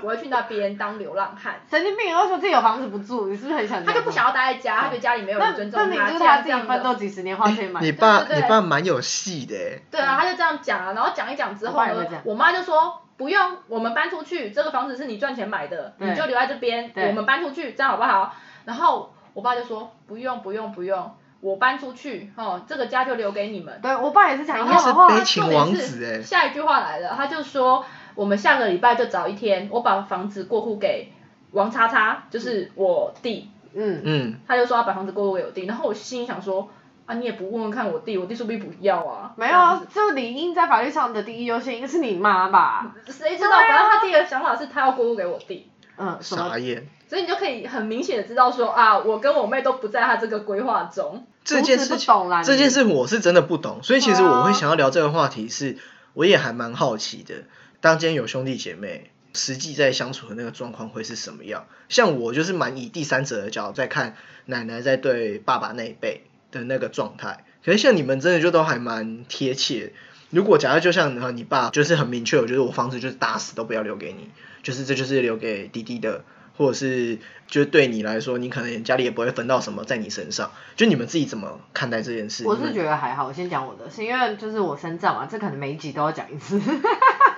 Speaker 3: 我要去那边当流浪汉。
Speaker 2: 神经病，又说自己有房子不住，你是不是很想这样
Speaker 3: 他
Speaker 2: 做？
Speaker 3: 就不想要待在家，他觉得家里没有
Speaker 2: 那
Speaker 3: 人尊重
Speaker 2: 那你就是
Speaker 3: 这
Speaker 2: 他
Speaker 3: 样
Speaker 2: 自
Speaker 3: 这
Speaker 2: 己
Speaker 3: 样
Speaker 2: 奋斗
Speaker 3: 的。
Speaker 2: 几十年花 钱买的。
Speaker 1: 你爸
Speaker 3: 对对对
Speaker 1: 你爸蛮有戏的欸
Speaker 3: 对啊，他就这样讲啊，然后讲一讲之
Speaker 2: 嗯
Speaker 3: 后
Speaker 2: 我爸也会这
Speaker 3: 呢
Speaker 2: 样，
Speaker 3: 我妈就说不用，我们搬出去，这个房子是你赚钱买的，
Speaker 2: 对
Speaker 3: 你就留在这边，
Speaker 2: 对
Speaker 3: 我们搬出去，这样好不好？然后我爸就说不用不用不用，我搬出去哦，这个家就留给你们。
Speaker 2: 对我爸也是讲一
Speaker 1: 他
Speaker 2: 样
Speaker 1: 是
Speaker 2: 的话，
Speaker 1: 悲情王子
Speaker 3: 重点
Speaker 1: 哎
Speaker 3: 是。下一句话来了，他就说我们下个礼拜就找一天，我把房子过户给王叉叉，就是我弟。
Speaker 2: 嗯，
Speaker 1: 嗯，
Speaker 3: 他就说他把房子过户给我弟，然后我心里想说啊，你也不问问看我弟，我弟说不定不要啊。
Speaker 2: 没有啊，就理应在法律上的第一优先应该是你妈吧？
Speaker 3: 谁知道？反正他弟的想法是他要过户给我弟，
Speaker 2: 嗯，什么
Speaker 1: 傻？眼。
Speaker 3: 所以你就可以很明显的知道说啊，我跟我妹都不在他这个规划中。
Speaker 1: 这件事
Speaker 2: 不懂啦
Speaker 1: 情，
Speaker 2: 你
Speaker 1: 这件事我是真的不懂，所以其实我会
Speaker 3: 啊
Speaker 1: 想要聊这个话题是，我也还蛮好奇的。当今天有兄弟姐妹，实际在相处的那个状况会是什么样？像我就是蛮以第三者的角度在看奶奶在对爸爸那一辈的那个状态，可是像你们真的就都还蛮贴切。如果假设就像呃你爸就是很明确，我觉得我房子就是打死都不要留给你，就是这就是留给弟弟的，或者是就是对你来说，你可能家里也不会分到什么在你身上，就你们自己怎么看待这件事？
Speaker 2: 我
Speaker 1: 你
Speaker 2: 是
Speaker 1: 们
Speaker 2: 觉得还好，我先讲我的，是因为就是我身障嘛，这可能每一集都要讲一次。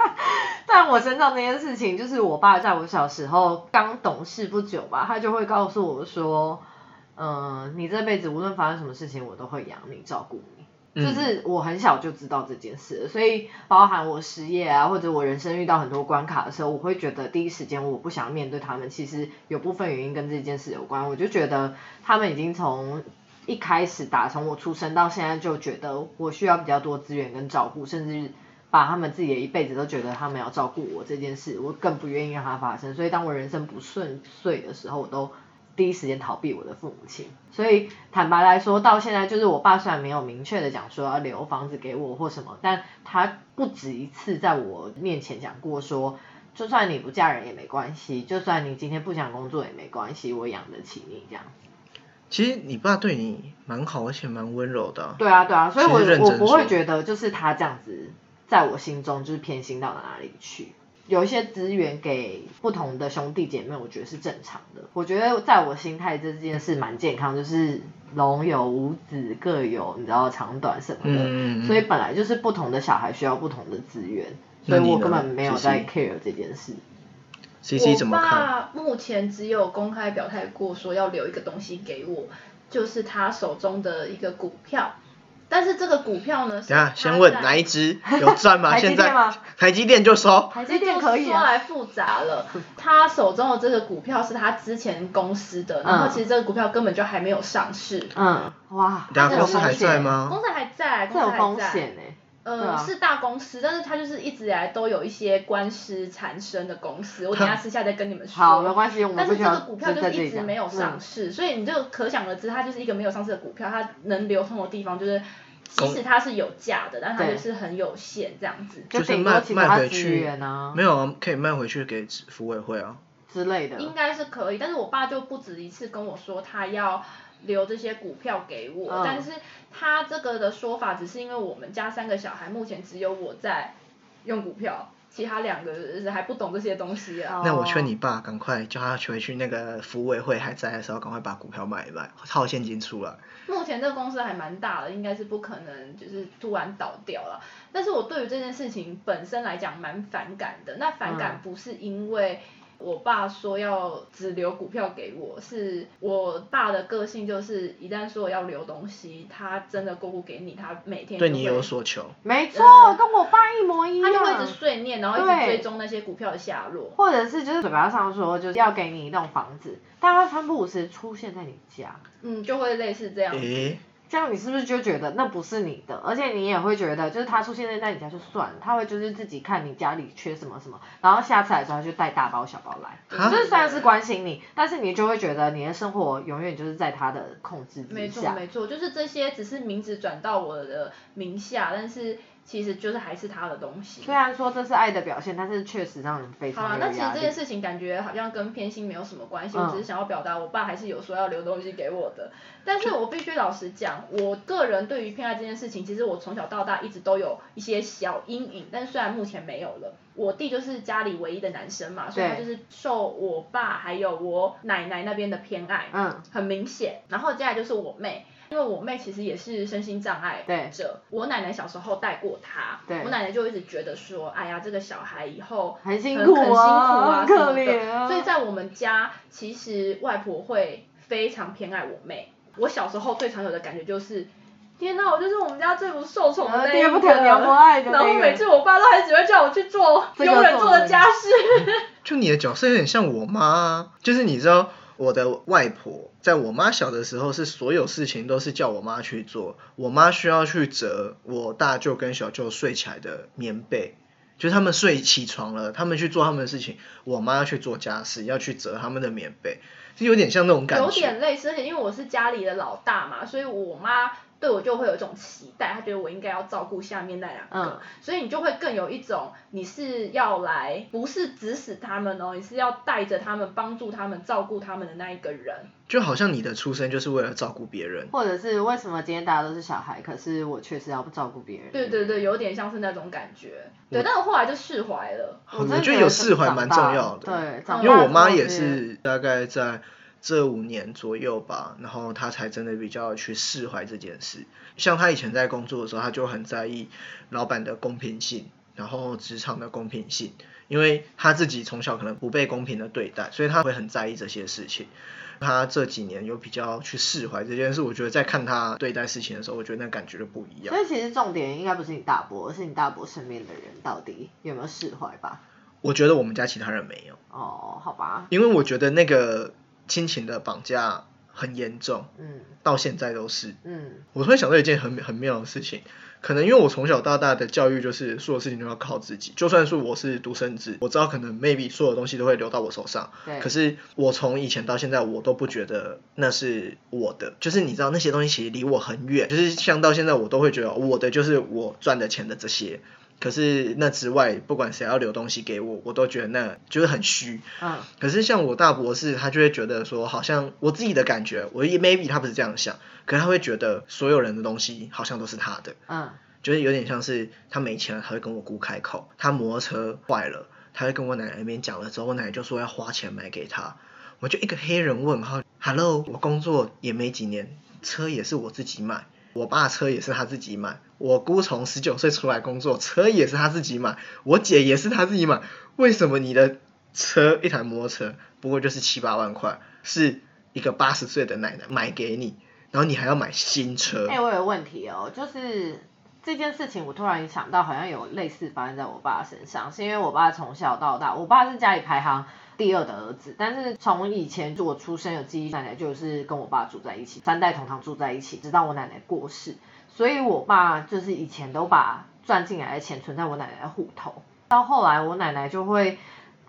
Speaker 2: 但我身障这件事情，就是我爸在我小时候刚懂事不久吧，他就会告诉我说，嗯、你这辈子无论发生什么事情，我都会养你，照顾你。就
Speaker 1: 嗯
Speaker 2: 是我很小就知道这件事了，所以包含我失业啊，或者我人生遇到很多关卡的时候，我会觉得第一时间我不想面对他们。其实有部分原因跟这件事有关，我就觉得他们已经从一开始打从我出生到现在就觉得我需要比较多资源跟照顾，甚至把他们自己的一辈子都觉得他们要照顾我这件事，我更不愿意让它发生。所以当我人生不顺遂的时候，我都第一时间逃避我的父母亲。所以坦白来说，到现在就是我爸虽然没有明确的讲说要留房子给我或什么，但他不止一次在我面前讲过说，就算你不嫁人也没关系，就算你今天不想工作也没关系，我养得起你这样。
Speaker 1: 其实你爸对你蛮好，而且蛮温柔的啊、
Speaker 2: 对啊，对啊，所以
Speaker 1: 其实
Speaker 2: 我
Speaker 1: 认
Speaker 2: 我
Speaker 1: 真
Speaker 2: 不会
Speaker 1: 说
Speaker 2: 觉得就是他这样子，在我心中就是偏心到哪里去。有一些资源给不同的兄弟姐妹，我觉得是正常的。我觉得在我心态这件事蛮健康，就是龙有五子各有，你知道长短什么的，
Speaker 1: 嗯嗯嗯
Speaker 2: 所以本来就是不同的小孩需要不同的资源，
Speaker 1: 那
Speaker 2: 所以
Speaker 1: 你
Speaker 2: 我
Speaker 1: 呢
Speaker 2: 根本没有
Speaker 1: 其实
Speaker 2: 在 care 这件事。
Speaker 1: C C 怎么看？
Speaker 3: 我爸目前只有公开表态过说要留一个东西给我，就是他手中的一个股票。但是这个股票呢，
Speaker 1: 等一下先问哪一支有赚吗？
Speaker 2: 台积
Speaker 1: 现
Speaker 2: 电
Speaker 1: 在
Speaker 2: 吗
Speaker 1: 台积电就收，
Speaker 3: 台
Speaker 2: 积电可以
Speaker 3: 说
Speaker 2: 啊
Speaker 3: 来复杂了，他手中的这个股票是他之前公司的，然后
Speaker 2: 嗯
Speaker 3: 其实这个股票根本就还没有上市，
Speaker 2: 嗯，哇，
Speaker 1: 等一
Speaker 2: 这
Speaker 1: 下公
Speaker 2: 有
Speaker 1: 司还
Speaker 2: 风险
Speaker 1: 在？吗？
Speaker 3: 公司还在，
Speaker 2: 这
Speaker 3: 公司
Speaker 2: 有
Speaker 3: 还
Speaker 2: 风
Speaker 3: 在
Speaker 2: 险哎，对
Speaker 3: 呃，
Speaker 2: 啊
Speaker 3: 是大公司，但是它就是一直以来都有一些官司缠身的公司，我等一下私下再跟你们说。
Speaker 2: 好，没关系，我们
Speaker 3: 但
Speaker 2: 不
Speaker 3: 是
Speaker 2: 需
Speaker 3: 这
Speaker 2: 要
Speaker 3: 个股票就
Speaker 2: 在
Speaker 3: 是
Speaker 2: 这里
Speaker 3: 一直
Speaker 2: 讲嗯
Speaker 3: 没有上市，所以你就可想而知，它就是一个没有上市的股票，它能流通的地方就是，即使它是有价的，但它
Speaker 2: 对
Speaker 3: 就是很有限这样子。
Speaker 2: 就是顶多
Speaker 1: 卖
Speaker 2: 其
Speaker 1: 卖
Speaker 2: 他
Speaker 1: 回
Speaker 2: 资
Speaker 1: 去
Speaker 2: 源啊，
Speaker 1: 没有啊，可以卖回去给服委会啊。
Speaker 2: 之类的，
Speaker 3: 应该是可以，但是我爸就不止一次跟我说他要留这些股票给我，
Speaker 2: 嗯
Speaker 3: 但是他这个的说法只是因为我们家三个小孩目前只有我在用股票，其他两个人还不懂这些东西啊。
Speaker 2: 哦
Speaker 1: 那我劝你爸赶快叫他回去那个服委会还在的时候，赶快把股票卖一卖，套现金出来。
Speaker 3: 目前这个公司还蛮大的，应该是不可能就是突然倒掉了。但是我对于这件事情本身来讲蛮反感的，那反感不是因为。我爸说要只留股票给我，是我爸的个性，就是一旦说我要留东西，他真的过户给你，他每天
Speaker 1: 对
Speaker 3: 就
Speaker 1: 你
Speaker 3: 会
Speaker 1: 有所求，
Speaker 2: 没错，跟我爸一模一
Speaker 3: 嗯他
Speaker 2: 样。
Speaker 3: 就会一直碎念，然后一直
Speaker 2: 对
Speaker 3: 追踪那些股票的下落。
Speaker 2: 或者是就是嘴巴上说就是要给你一栋房子，但他三不五时出现在你家，
Speaker 3: 嗯，就会类似这样。
Speaker 1: 诶，
Speaker 2: 这样你是不是就觉得那不是你的？而且你也会觉得就是他出现在你家就算了，他会就是自己看你家里缺什么什么，然后下次来的时候他就带大包小包来。
Speaker 1: 哈
Speaker 2: 这虽然是关心你，但是你就会觉得你的生活永远就是在他的控制之
Speaker 3: 没错
Speaker 2: 下。
Speaker 3: 没错，就是这些只是名字转到我的名下，但是其实就是还是他的东西。
Speaker 2: 虽然说这是爱的表现，但是确实让人非
Speaker 3: 好啊
Speaker 2: 常，有
Speaker 3: 那其实
Speaker 2: 压力
Speaker 3: 这件。事情感觉好像跟偏心没有什么关系，我
Speaker 2: 嗯
Speaker 3: 只是想要表达，我爸还是有说要留东西给我的。但是我必须老实讲，我个人对于偏爱这件事情，其实我从小到大一直都有一些小阴影，但是虽然目前没有了。我弟就是家里唯一的男生嘛，所以他
Speaker 2: 对
Speaker 3: 就是受我爸还有我奶奶那边的偏爱，
Speaker 2: 嗯，
Speaker 3: 很明显。然后接下来就是我妹，因为我妹其实也是身心障碍
Speaker 2: 对
Speaker 3: 者，我奶奶小时候带过她，
Speaker 2: 对
Speaker 3: 我奶奶就一直觉得说，哎呀，这个小孩以后
Speaker 2: 很辛
Speaker 3: 很
Speaker 2: 苦
Speaker 3: 很辛苦
Speaker 2: 啊
Speaker 3: 啊，
Speaker 2: 很
Speaker 3: 什么
Speaker 2: 可
Speaker 3: 的
Speaker 2: 怜啊
Speaker 3: 所以在我们家，其实外婆会非常偏爱我妹。我小时候最常有的感觉就是。天呐，我就是我们家最不受宠的那一个，
Speaker 2: 啊爹不疼娘不爱的那
Speaker 3: 然后
Speaker 2: 个
Speaker 3: 每次我爸都还只会叫我去做
Speaker 2: 这个
Speaker 3: 佣人
Speaker 2: 做
Speaker 3: 做的
Speaker 2: 人
Speaker 3: 家事。
Speaker 1: 就你的角色有点像我妈啊，就是你知道我的外婆，在我妈小的时候是所有事情都是叫我妈去做，我妈需要去折我大舅跟小舅睡起来的棉被。就是他们睡起床了，他们去做他们的事情，我妈要去做家事，要去折他们的棉被，就有点像那种感觉。
Speaker 3: 有点类似，而且因为我是家里的老大嘛，所以我妈对我就会有一种期待，她觉得我应该要照顾下面那两个，
Speaker 2: 嗯
Speaker 3: 所以你就会更有一种你是要来，不是指使他们哦，你是要带着他们、帮助他们、照顾他们的那一个人。
Speaker 1: 就好像你的出生就是为了照顾别人，
Speaker 2: 或者是为什么今天大家都是小孩，可是我确实要照顾别人。
Speaker 3: 对
Speaker 1: 嗯
Speaker 3: 对对，有点像是那种感觉。对，但我后来就释怀了。
Speaker 2: 我
Speaker 1: 我
Speaker 2: 真的
Speaker 1: 觉
Speaker 2: 觉
Speaker 1: 得
Speaker 2: 得
Speaker 1: 有
Speaker 2: 是
Speaker 1: 释怀
Speaker 2: 长
Speaker 1: 蛮
Speaker 2: 大
Speaker 1: 重要的
Speaker 2: 对，
Speaker 3: 嗯
Speaker 2: 长
Speaker 1: 因为
Speaker 2: 大
Speaker 1: 我
Speaker 2: 之
Speaker 1: 妈
Speaker 2: 后
Speaker 1: 也
Speaker 2: 就是
Speaker 1: 大概在这五年左右吧，然后她才真的比较去释怀这件事。像她以前在工作的时候，她就很在意老板的公平性，然后职场的公平性，因为她自己从小可能不被公平的对待，所以她会很在意这些事情。她这几年有比较去释怀这件事，我觉得在看她对待事情的时候，我觉得那感觉就不一样
Speaker 2: 所。以其实重点应该不是你大伯，而是你大伯身边的人到底有没有释怀吧？
Speaker 1: 我觉得我们家其他人没有。
Speaker 2: 哦，好吧，
Speaker 1: 因为我觉得那个亲情的绑架很严重，
Speaker 2: 嗯
Speaker 1: 到现在都是。
Speaker 2: 嗯，
Speaker 1: 我突然想到一件很很妙的事情，可能因为我从小到大的教育就是所有事情都要靠自己，就算是我是独生子，我知道可能 maybe 所有东西都会流到我手上，
Speaker 2: 对。
Speaker 1: 可是我从以前到现在，我都不觉得那是我的，就是你知道那些东西其实离我很远，就是像到现在我都会觉得我的就是我赚的钱的这些，可是那之外，不管谁要留东西给我，我都觉得那就是很虚，
Speaker 2: 嗯，
Speaker 1: 可是像我大博士，他就会觉得说，好像我自己的感觉，我也 maybe 他不是这样想，可是他会觉得所有人的东西好像都是他的，
Speaker 2: 嗯，
Speaker 1: 就是有点像是他没钱了，他会跟我姑开口，他摩托车坏了，他会跟我奶奶那边讲了之后，我奶奶就说要花钱买给他，我就一个黑人问号，Hello，我工作也没几年，车也是我自己买。我爸车也是他自己买，我姑从十九岁出来工作，车也是他自己买，我姐也是他自己买，为什么你的车一台摩托车不过就是七八万块，是一个八十岁的奶奶买给你，然后你还要买新车
Speaker 2: 哎、，我有问题哦，就是这件事情，我突然想到，好像有类似发生在我爸身上，是因为我爸从小到大，我爸是家里排行第二的儿子，但是从以前我出生有记忆，奶奶就是跟我爸住在一起，三代同堂住在一起，直到我奶奶过世，所以我爸就是以前都把赚进来的钱存在我奶奶的户头，到后来我奶奶就会。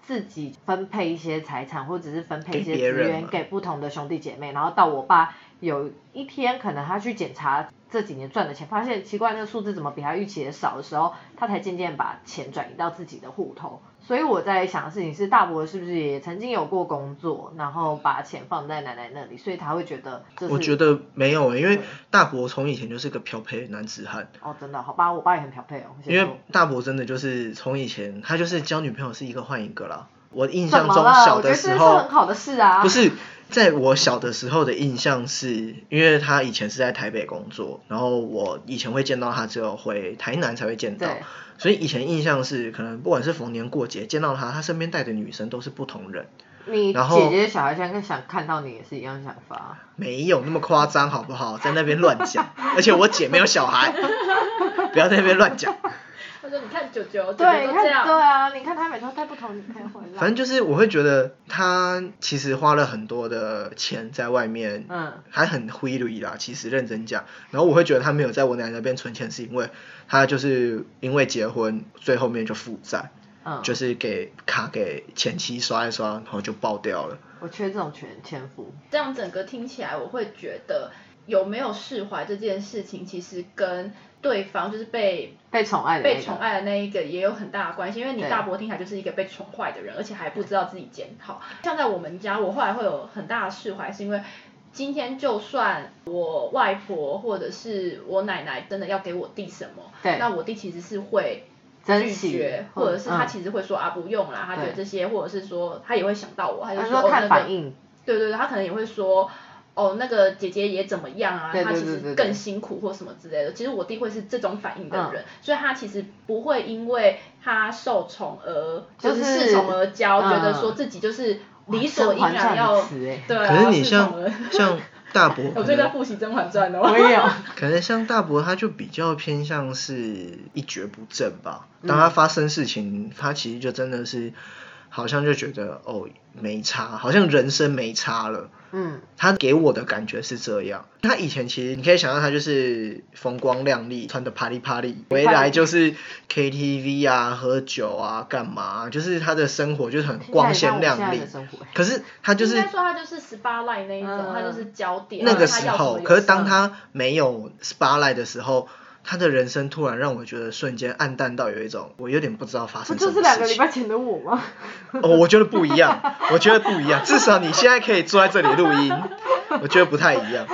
Speaker 2: 自己分配一些财产，或者是分配一
Speaker 1: 给
Speaker 2: 些资
Speaker 1: 别人
Speaker 2: 源
Speaker 1: 嘛
Speaker 2: 给不同的兄弟姐妹，然后到我爸有一天可能他去检查这几年赚的钱，发现奇怪那个数字怎么比他预期的少的时候，他才渐渐把钱转移到自己的户头。所以我在想的事情是，大伯是不是也曾经有过工作，然后把钱放在奶奶那里，所以他会觉得这是
Speaker 1: 我觉得没有、欸因为
Speaker 2: 对
Speaker 1: 大伯从以前就是个漂配的男子汉，
Speaker 2: 哦真的好吧，我爸也很调配哦，
Speaker 1: 因为大伯真的就是从以前他就是交女朋友是一个换一个啦。我印
Speaker 2: 怎
Speaker 1: 象
Speaker 2: 么
Speaker 1: 中
Speaker 2: 了？
Speaker 1: 小
Speaker 2: 我觉
Speaker 1: 的
Speaker 2: 得这
Speaker 1: 时
Speaker 2: 是
Speaker 1: 候
Speaker 2: 很好的事啊，
Speaker 1: 不是，在我小的时候的印象是，因为他以前是在台北工作，然后我以前会见到他，只有回台南才会见到
Speaker 2: 对，
Speaker 1: 所以以前印象是，可能不管是逢年过节见到他，他身边带的女生都是不同人，
Speaker 2: 你
Speaker 1: 然后
Speaker 2: 姐姐小孩现在想看到你也是一样想法，
Speaker 1: 没有那么夸张，好不好？在那边乱讲， 而且我姐没有小孩， 不要在那边乱讲。
Speaker 4: 他说你看九九，九
Speaker 2: 对，
Speaker 4: 九
Speaker 2: 你
Speaker 4: 都这
Speaker 2: 看对
Speaker 4: 样，
Speaker 2: 啊，你看他每次都带不同女朋友回来，
Speaker 1: 反正就是我会觉得他其实花了很多的钱在外面，
Speaker 2: 嗯，
Speaker 1: 还很灰绿啦。其实认真讲，然后我会觉得他没有在我奶奶那边存钱，是因为他就是因为结婚最后面就负债，
Speaker 2: 嗯
Speaker 1: 就是给卡给前妻刷一刷，然后就爆掉了。
Speaker 2: 我缺这种 全前夫，
Speaker 3: 这样整个听起来，我会觉得有没有释怀这件事情，其实跟对方就是被
Speaker 2: 被宠爱的那个
Speaker 3: 被宠爱的那一个也有很大的关系，因为你
Speaker 2: 对
Speaker 3: 大伯听起来就是一个被宠坏的人，而且还不知道自己检讨。像在我们家，我后来会有很大的释怀，是因为今天就算我外婆或者是我奶奶真的要给我弟什么，
Speaker 2: 对
Speaker 3: 那我弟其实是会。
Speaker 2: 珍
Speaker 3: 拒
Speaker 2: 惜
Speaker 3: 绝，
Speaker 2: 或
Speaker 3: 或者是他
Speaker 2: 嗯
Speaker 3: 其实会说、啊不用啦，他觉得
Speaker 2: 对
Speaker 3: 这些，或者是说他也会想到我，他就
Speaker 2: 他
Speaker 3: 说
Speaker 2: 说
Speaker 3: 哦那
Speaker 2: 看
Speaker 3: 个
Speaker 2: 反应，
Speaker 3: 对对对，他可能也会说，哦，那个姐姐也怎么样啊，
Speaker 2: 对对
Speaker 3: 她其
Speaker 2: 对对
Speaker 3: 实
Speaker 2: 对
Speaker 3: 更辛苦或什么之类的。其实我弟会是这种反应的
Speaker 2: 嗯
Speaker 3: 人，所以他其实不会因为他受宠而
Speaker 2: 就
Speaker 3: 就是
Speaker 2: 是
Speaker 3: 恃宠而骄，
Speaker 2: 嗯
Speaker 3: 觉得说自己就是理所
Speaker 2: 甄
Speaker 3: 应
Speaker 2: 嬛传的
Speaker 3: 然要
Speaker 2: 词欸
Speaker 3: 对啊。
Speaker 1: 可是你像
Speaker 3: 恃宠而
Speaker 1: 像大伯，
Speaker 4: 我
Speaker 1: 可
Speaker 4: 最近在
Speaker 1: 能
Speaker 4: 复习《甄嬛传》
Speaker 2: 我
Speaker 4: 哦。
Speaker 2: 也有，
Speaker 1: 可能像大伯，他就比较偏向是一蹶不振吧。
Speaker 2: 嗯
Speaker 1: 当他发生事情，他其实就真的是好像就觉得哦没差，好像人生没差了。
Speaker 2: 嗯，
Speaker 1: 他给我的感觉是这样。他以前其实你可以想象，他就是风光亮丽，穿的啪里啪里，回来就是 KTV 啊、喝酒啊、干嘛啊、就是他的生活就是很光鲜亮
Speaker 2: 听
Speaker 1: 丽
Speaker 2: 起来像我现在的生活。
Speaker 1: 可是他就是
Speaker 3: 应该说他就是 spotlight 那一种，
Speaker 2: 嗯
Speaker 3: 他就是焦点。
Speaker 1: 那个
Speaker 3: 他
Speaker 1: 时
Speaker 3: 要什么
Speaker 1: 候，
Speaker 3: 有
Speaker 1: 可是
Speaker 3: 什
Speaker 1: 当
Speaker 3: 么
Speaker 1: 他没有 spotlight 的时候，他的人生突然让我觉得瞬间暗淡到有一种我有点不知道发
Speaker 2: 不
Speaker 1: 生什
Speaker 2: 就
Speaker 1: 么
Speaker 2: 是两个
Speaker 1: 事
Speaker 2: 礼
Speaker 1: 情。
Speaker 2: 拜前的我吗？
Speaker 1: 哦，我觉得不一样，我觉得不一样，至少你现在可以坐在这里录音，我觉得不太一样。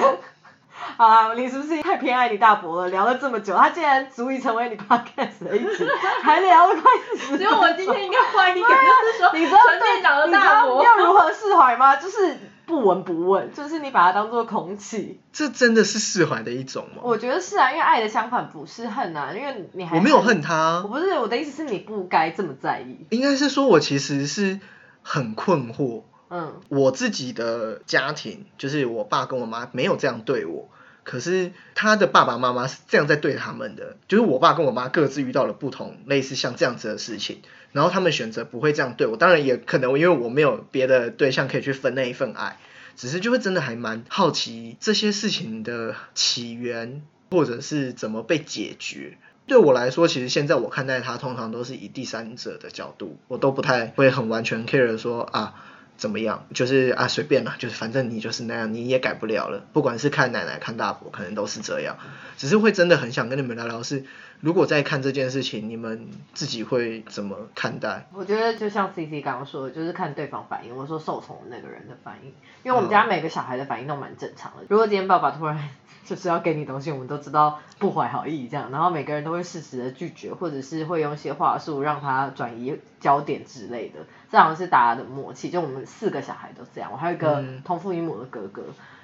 Speaker 2: 好啦，你是不是太偏爱你大伯了？聊了这么久，他竟然足以成为你 podcast 的一 集，还聊了快四十分
Speaker 4: 所
Speaker 2: 钟。
Speaker 4: 以我今天应该换一个，就是说
Speaker 2: 你知道
Speaker 4: 陈店长的
Speaker 2: 你知
Speaker 4: 大
Speaker 2: 道
Speaker 4: 伯，
Speaker 2: 要如何释怀吗？就是不闻不问，就是你把它当做空气。
Speaker 1: 这真的是释怀的一种吗？
Speaker 2: 我觉得是啊，因为爱的相反不是恨啊，因为你还
Speaker 1: 我没有恨，他啊
Speaker 2: 我，不是我的意思是你不该这么在意。
Speaker 1: 应该是说我其实是很困惑，
Speaker 2: 嗯，
Speaker 1: 我自己的家庭，就是我爸跟我妈没有这样对我，可是他的爸爸妈妈是这样在对他们的，就是我爸跟我妈各自遇到了不同类似像这样子的事情，然后他们选择不会这样对我，当然也可能因为我没有别的对象可以去分那一份爱，只是就会真的还蛮好奇这些事情的起源或者是怎么被解决。对我来说，其实现在我看待它，通常都是以第三者的角度，我都不太会很完全 care 说啊怎么样，就是啊随便啦，就是反正你就是那样，你也改不了了。不管是看奶奶看大伯，可能都是这样。只是会真的很想跟你们聊聊是，如果在看这件事情，你们自己会怎么看待？
Speaker 2: 我觉得就像 C C 刚刚说的，就是看对方反应。我说受宠的那个人的反应，因为我们家每个小孩的反应都蛮正常的。如果今天爸爸突然就是要给你东西，我们都知道不怀好意这样，然后每个人都会适时的拒绝，或者是会用一些话术让他转移焦点之类的。这好像是大家的默契，就我们四个小孩都这样。我还有一个
Speaker 1: 嗯
Speaker 2: 同父异母的哥哥。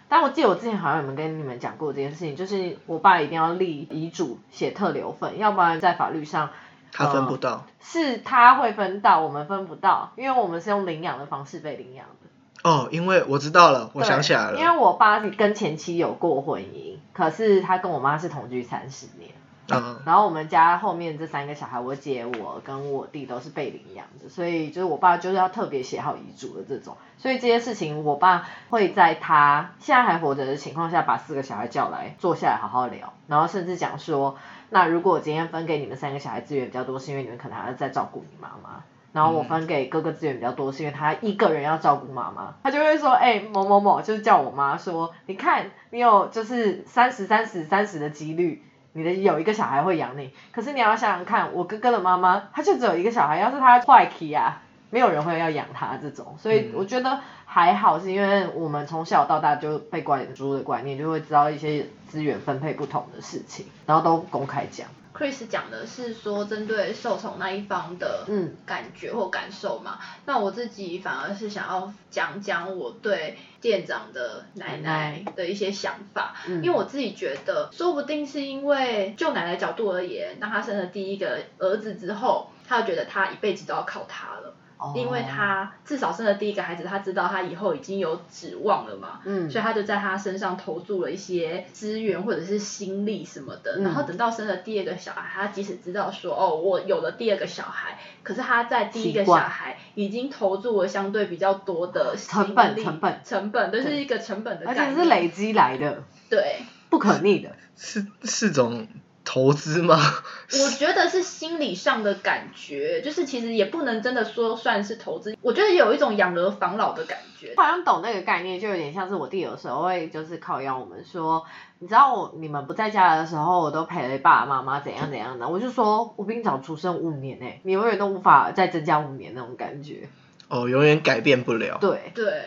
Speaker 2: 但我记得我之前好像有没有跟你们讲过这件事情，就是我爸一定要立遗嘱写特留份，要不然在法律上
Speaker 1: 他分不
Speaker 2: 呃
Speaker 1: 到
Speaker 2: 是他会分到，我们分不到，因为我们是用领养的方式被领养的。
Speaker 1: 哦，因为我知道了，我
Speaker 2: 对
Speaker 1: 想起来了，
Speaker 2: 因为我爸跟前妻有过婚姻，可是他跟我妈是同居三十年。
Speaker 1: 嗯，
Speaker 2: 然后我们家后面这三个小孩，我姐、我跟我弟都是被领养的，所以就是我爸就是要特别写好遗嘱的这种。所以这些事情，我爸会在他现在还活着的情况下，把四个小孩叫来坐下来好好聊，然后甚至讲说，那如果我今天分给你们三个小孩资源比较多，是因为你们可能还要在照顾你妈妈。然后我分给哥哥资源比较多，是因为他一个人要照顾妈妈，他就会说，哎、某某某，就是叫我妈说，你看你有就是三十三十三十的几率，你的有一个小孩会养你，可是你要想想看，我哥哥的妈妈，她就只有一个小孩，要是她坏起啊，没有人会要养她这种，所以
Speaker 1: 嗯
Speaker 2: 我觉得还好，是因为我们从小到大就被灌输的观念，就会知道一些资源分配不同的事情，然后都公开讲，
Speaker 3: Chris 讲的是说针对受宠那一方的
Speaker 2: 嗯
Speaker 3: 感觉或感受嘛，那我自己反而是想要讲讲我对店长的奶奶的一些想法，
Speaker 2: 嗯
Speaker 3: 因为我自己觉得，说不定是因为就奶奶角度而言，当她生了第一个儿子之后，她就觉得她一辈子都要靠他了，
Speaker 2: 哦
Speaker 3: 因为她至少生了第一个孩子，她知道她以后已经有指望了嘛，
Speaker 2: 嗯
Speaker 3: 所以他就在他身上投注了一些资源或者是心力什么的。
Speaker 2: 嗯
Speaker 3: 然后等到生了第二个小孩，他即使知道说哦，我有了第二个小孩，可是他在第一个
Speaker 2: 习
Speaker 3: 小
Speaker 2: 惯
Speaker 3: 孩已经投注了相对比较多的心
Speaker 2: 成本
Speaker 3: 力
Speaker 2: 成本
Speaker 3: 成本，这是一个成本的
Speaker 2: 而
Speaker 3: 概
Speaker 2: 且
Speaker 3: 念，
Speaker 2: 是累积来的，
Speaker 3: 对。
Speaker 2: 不可逆 的，
Speaker 1: 是是种投资吗？
Speaker 3: 我觉得是心理上的感觉，就是其实也不能真的说算是投资，我觉得有一种养儿防老的感觉。
Speaker 2: 好像懂那个概念，就有点像是我弟有时候会就是靠邀我们说，你知道我你们不在家的时候，我都陪了爸爸妈妈怎样怎样的，我就说我比你早出生五年呢、欸你永远都无法再增加五年那种感觉。
Speaker 1: 哦，永远改变不了。
Speaker 2: 对，
Speaker 3: 对。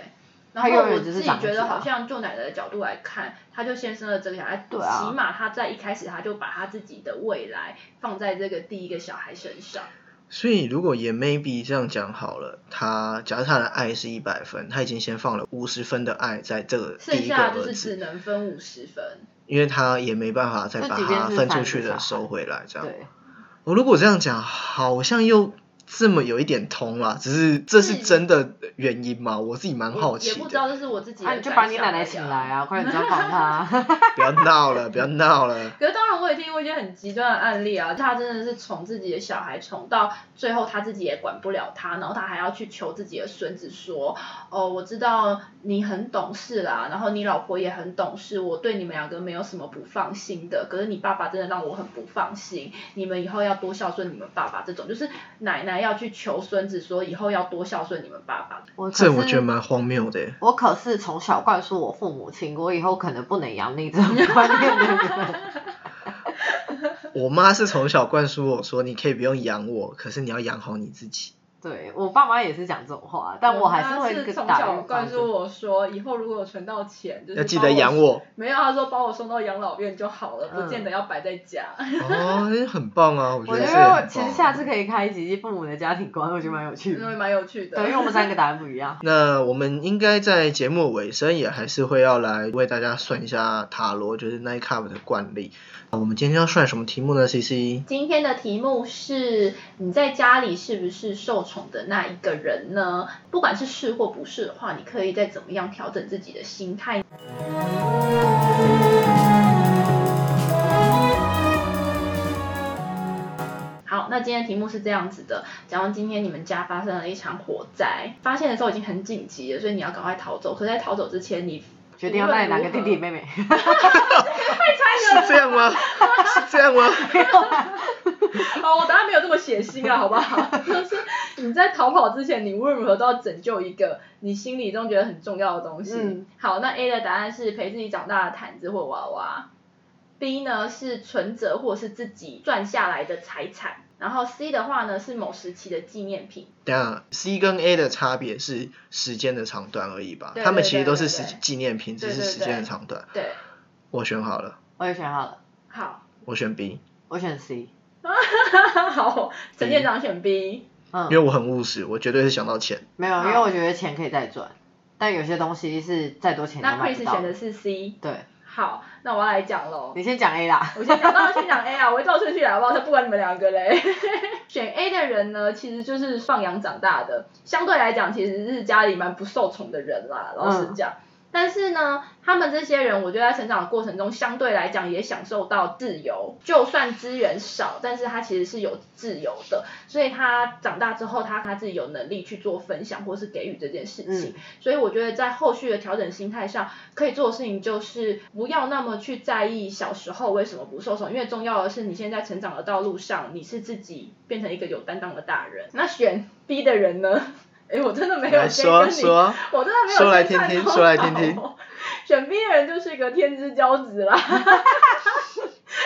Speaker 3: 然
Speaker 2: 他永
Speaker 3: 后我
Speaker 2: 远只
Speaker 3: 自
Speaker 2: 是
Speaker 3: 己
Speaker 2: 长
Speaker 3: 觉
Speaker 2: 子
Speaker 3: 得，
Speaker 2: 啊
Speaker 3: 好像就奶奶的角度来看，他就先生了这个小孩，
Speaker 2: 对啊
Speaker 3: 起码他在一开始他就把他自己的未来放在这个第一个小孩身上。
Speaker 1: 所以如果也 maybe 这样讲好了，他假设他的爱是一百分，他已经先放了五十分的爱在这个第
Speaker 3: 剩
Speaker 1: 一个
Speaker 3: 下就
Speaker 1: 儿
Speaker 3: 是
Speaker 1: 子，
Speaker 3: 只能分五十分，
Speaker 1: 因为他也没办法再
Speaker 2: 就
Speaker 1: 把
Speaker 2: 即便
Speaker 1: 它
Speaker 2: 是
Speaker 1: 分出
Speaker 2: 三
Speaker 1: 去的
Speaker 2: 个小孩
Speaker 1: 收回来，这样。
Speaker 2: 对，
Speaker 1: 我如果这样讲，好像又这么有一点通啦，只是这是
Speaker 3: 嗯
Speaker 1: 真的原因吗？我自己蛮好
Speaker 3: 我
Speaker 1: 奇
Speaker 3: 也
Speaker 1: 的。
Speaker 3: 不知道这是我自己的
Speaker 2: 那、
Speaker 3: 感
Speaker 2: 你
Speaker 3: 想
Speaker 2: 就
Speaker 3: 而已啊。
Speaker 2: 把你奶奶请来啊，快点专啊访她。
Speaker 1: 不要闹了，不要闹 了。
Speaker 3: 可是当然，我也听过一些很极端的案例啊，他真的是宠自己的小孩，宠到最后他自己也管不了他，然后他还要去求自己的孙子说，哦，我知道你很懂事啦，然后你老婆也很懂事，我对你们两个没有什么不放心的，可是你爸爸真的让我很不放心，你们以后要多孝顺你们爸爸，这种就是奶奶要去求孙子说以后要多孝顺你们爸爸，
Speaker 2: 我可
Speaker 1: 这我
Speaker 2: 是
Speaker 1: 觉得蛮荒谬的耶。
Speaker 2: 我可是从小灌输我父母亲，我以后可能不能养你这种观念的人。
Speaker 1: 我妈是从小灌输我说，你可以不用养我，可是你要养好你自己。
Speaker 2: 对我爸妈也是讲这种话，但我还
Speaker 4: 妈
Speaker 2: 会
Speaker 4: 是
Speaker 2: 跟
Speaker 4: 从
Speaker 2: 打
Speaker 4: 小
Speaker 2: 预防
Speaker 4: 灌
Speaker 2: 针
Speaker 4: 输我说，以后如果有存到钱，就是
Speaker 1: 要记
Speaker 4: 把
Speaker 1: 得养。 我
Speaker 4: 没有，他说把我送到养老院就好了，不见得要摆在家。
Speaker 1: 哦，那很棒啊！我觉
Speaker 2: 我
Speaker 1: 得
Speaker 2: 觉
Speaker 1: 这
Speaker 2: 得
Speaker 1: 个
Speaker 2: 我
Speaker 1: 很
Speaker 2: 其实
Speaker 1: 棒
Speaker 2: 下次可以开一集父母的家庭观，我觉得蛮有趣
Speaker 4: 因为
Speaker 3: 嗯
Speaker 2: 的。
Speaker 4: 蛮有趣的。
Speaker 2: 对，因为我们三个答案不一样。
Speaker 1: 那我们应该在节目尾声也还是会要来为大家算一下塔罗，就是 Night Cup 的惯例。我们今天要算什么题目呢？C C，
Speaker 3: 今天的题目是你在家里是不是受宠的那一个人呢？不管是是或不是的话，你可以再怎么样调整自己的心态。好，那今天的题目是这样子的：假如今天你们家发生了一场火灾，发现的时候已经很紧急了，所以你要赶快逃走。可是在逃走之前，你
Speaker 2: 决定要带哪个弟弟妹妹？
Speaker 1: 是这样吗？是这样吗？
Speaker 3: 哦
Speaker 4: 好，我答案没有这么血腥啊，好不 好？就是你在逃跑之前，你无论如何都要拯救一个你心里中觉得很重要的东西。
Speaker 2: 嗯
Speaker 3: 好，那 A 的答案是陪自己长大的毯子或娃娃，B 呢是存折或是自己赚下来的财产，然后 C 的话呢是某时期的纪念品。
Speaker 1: 等一下 C 跟 A 的差别是时间的长短而已吧？
Speaker 3: 对
Speaker 1: 他们其实都是
Speaker 3: 对
Speaker 1: 时
Speaker 3: 对对
Speaker 1: 纪念品，只是
Speaker 3: 对对
Speaker 1: 时间的
Speaker 3: 对
Speaker 1: 长短。
Speaker 3: 对，
Speaker 1: 我选好了，
Speaker 2: 我也选好了，
Speaker 3: 好，
Speaker 1: 我选 B，
Speaker 2: 我选 C。
Speaker 4: 好，
Speaker 3: 陈店长选 B，
Speaker 2: 嗯
Speaker 1: 因为，我很务实，我绝对是想到钱。
Speaker 2: 没有，因为我觉得钱可以再赚，但有些东西是再多钱都
Speaker 3: 那
Speaker 2: 买
Speaker 3: Chris
Speaker 2: 不到
Speaker 3: 选。的是 C。
Speaker 2: 对，
Speaker 4: 好，那我要来讲喽。
Speaker 2: 你先讲 A 啦。
Speaker 3: 啊
Speaker 4: 我先讲，当然先讲 A 啊，我会照顺序来好不好？才不管你们两个嘞。
Speaker 3: 选 A 的人呢，其实就是放养长大的，相对来讲其实是家里蛮不受宠的人啦，老实讲。但是呢，他们这些人，我觉得在成长的过程中，相对来讲也享受到自由。就算资源少，但是他其实是有自由的，所以他长大之后，他他自己有能力去做分享或是给予这件事情。
Speaker 2: 嗯
Speaker 3: 所以我觉得在后续的调整心态上，可以做的事情就是不要那么去在意小时候为什么不受宠，因为重要的是你现在成长的道路上，你是自己变成一个有担当的大人。那选 B 的人呢？哎，我真的没有
Speaker 1: 来
Speaker 3: 先跟
Speaker 1: 说
Speaker 3: 你
Speaker 1: 说，
Speaker 3: 我真的没有
Speaker 1: 说来
Speaker 3: 先
Speaker 1: 听
Speaker 3: 看
Speaker 1: 听，
Speaker 3: 头
Speaker 1: 说来听听。
Speaker 3: 脑。选 B 的人就是个天之骄 子啦。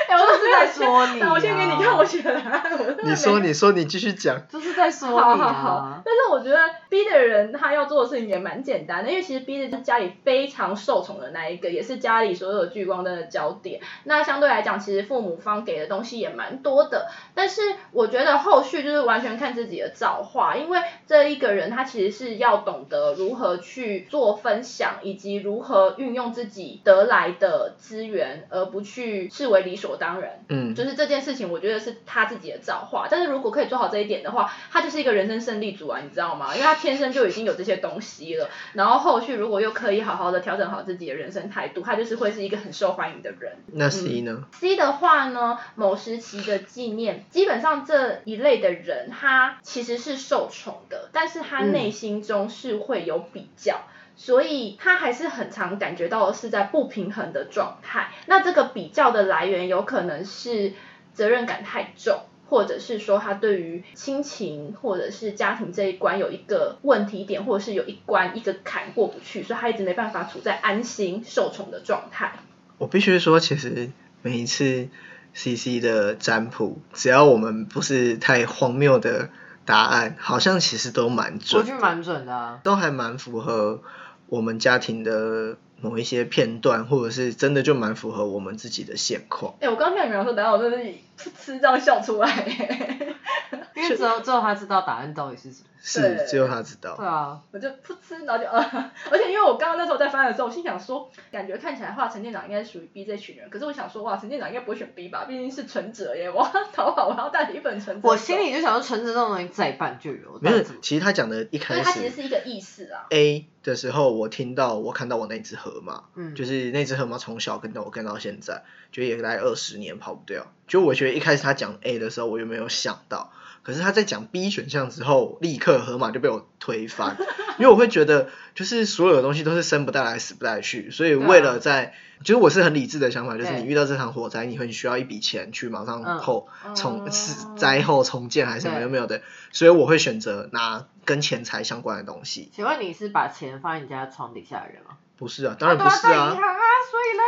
Speaker 3: 哎、我是在说，
Speaker 2: 说你、
Speaker 3: 那我先给你啊看我，选的答案。我真的
Speaker 1: 你说，
Speaker 3: 没
Speaker 1: 你说，你继续讲。
Speaker 2: 就是在说你
Speaker 3: 好
Speaker 2: 啊。
Speaker 3: 好好，但是我觉得 B 的人他要做的事情也蛮简单的，因为其实 B 的就是家里非常受宠的那一个，也是家里所有聚光灯的焦点。那相对来讲，其实父母方给的东西也蛮多的，但是我觉得后续就是完全看自己的造化，因为这一个人他其实是要懂得如何去做分享，以及如何运用自己得来的资源，而不去视为理所当然。
Speaker 1: 嗯
Speaker 3: 就是这件事情，我觉得是他自己的造化。但是如果可以做好这一点的话，他就是一个人生胜利组啊，你知道吗？因为他天生就已经有这些东西了，然后后续如果又可以好好的调整好自己的人生态度，他就是会是一个很受欢迎的人。
Speaker 1: 那 C 呢？
Speaker 3: C 的话呢，某时期的纪念，基本上这一类的人，他其实是受宠的，但是他
Speaker 2: 嗯
Speaker 3: 内心中是会有比较。所以他还是很常感觉到的是在不平衡的状态。那这个比较的来源有可能是责任感太重，或者是说他对于亲情或者是家庭这一关有一个问题点，或者是有一关一个坎过不去，所以他一直没办法处在安心受宠的状态。
Speaker 1: 我必须说，其实每一次 CC 的占卜，只要我们不是太荒谬的答案，好像其实都蛮
Speaker 2: 我
Speaker 1: 准
Speaker 2: 觉，得蛮准的、啊。
Speaker 1: 都还蛮符合我们家庭的某一些片段，或者是真的就蛮符合我们自己的现况。
Speaker 3: 哎、我刚看你们说答案，我真的是嗤障笑出来。
Speaker 2: 因为只有只有他知道答案到底是什么。
Speaker 1: 是
Speaker 3: 对，
Speaker 1: 只有他知道
Speaker 2: 对。啊，
Speaker 3: 我就噗嗤，然后就呃，而且因为我刚刚那时候在翻的时候，我心想说，感觉看起来的话，陈店长应该是属于 B 这群人，可是我想说，哇，陈店长应该不会选 B 吧，毕竟是存折耶，我要淘宝，我要带着一本存折走。
Speaker 2: 我心里就想说，存折这种东西再办就有，
Speaker 1: 没有
Speaker 2: 但怎么，
Speaker 1: 其实他讲的一
Speaker 3: 对，
Speaker 1: 开
Speaker 3: 它其实
Speaker 1: 始
Speaker 3: 是一个意识啊。
Speaker 1: A 的时候，我听到我看到我那只河马，
Speaker 2: 嗯，
Speaker 1: 就是那只河马从小跟到我跟到现在，就也大概二十年跑不掉。就我觉得一开始他讲 A 的时候，我就没有想到，可是他在讲 B 选项之后，立刻河马就被我推 翻，因为我会觉得就是所有的东西都是生不带来死不带去，所以
Speaker 2: 对啊
Speaker 1: 为了在，就是我是很理智的想法，就是
Speaker 2: 对
Speaker 1: 你遇到这场火灾，你很需要一笔钱去马上
Speaker 2: 嗯
Speaker 1: 后重
Speaker 3: 哦
Speaker 1: 是灾后重建还是什么
Speaker 2: 对
Speaker 1: 有没有的，所以我会选择拿跟钱财相关的东西，
Speaker 2: 请问你是把钱放在你家床底下的人吗？
Speaker 1: 不是啊，当然不是
Speaker 2: 对对
Speaker 1: 啊
Speaker 2: 银，行啊，所以嘞，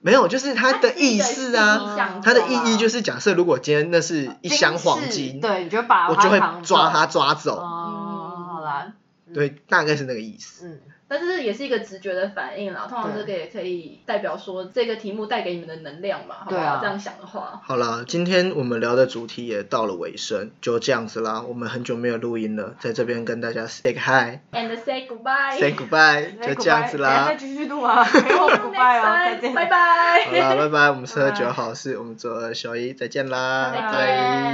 Speaker 1: 没有，就是它的
Speaker 3: 它
Speaker 1: 意
Speaker 3: 思
Speaker 1: 思啊。
Speaker 3: 想
Speaker 1: 它的
Speaker 3: 走
Speaker 1: 意义
Speaker 3: 啦
Speaker 1: 就是，假设如果今天那是一箱黄金，
Speaker 2: 对，你就把
Speaker 1: 我就会
Speaker 2: 扛
Speaker 1: 抓
Speaker 2: 走
Speaker 1: 它抓走，
Speaker 2: 哦，好啦，嗯
Speaker 1: 对，，大概是那个意思。
Speaker 2: 嗯，
Speaker 3: 但是这也是一个直觉的反应啦。通常这个也可以代表说这个题目带给你们的能量嘛，好不
Speaker 2: 对
Speaker 3: 好？
Speaker 2: 啊
Speaker 3: 这样想的话，
Speaker 1: 好啦，今天我们聊的主题也到了尾声，就这样子啦。我们很久没有录音了，在这边跟大家 say 个 hi，say
Speaker 3: and say goodbye。
Speaker 1: goodbye，就
Speaker 2: 嗯
Speaker 1: 这样子
Speaker 2: 那
Speaker 1: 啦。
Speaker 2: 继续录啊，给我
Speaker 3: See you
Speaker 2: 古
Speaker 3: next
Speaker 2: 拜哦，再
Speaker 3: time，
Speaker 2: 见，
Speaker 3: 拜拜
Speaker 1: 好。啦，拜拜，我们是喝
Speaker 2: 拜
Speaker 1: 酒
Speaker 2: 拜
Speaker 1: 好事，我们做小一，再见啦，
Speaker 3: 再见
Speaker 1: 拜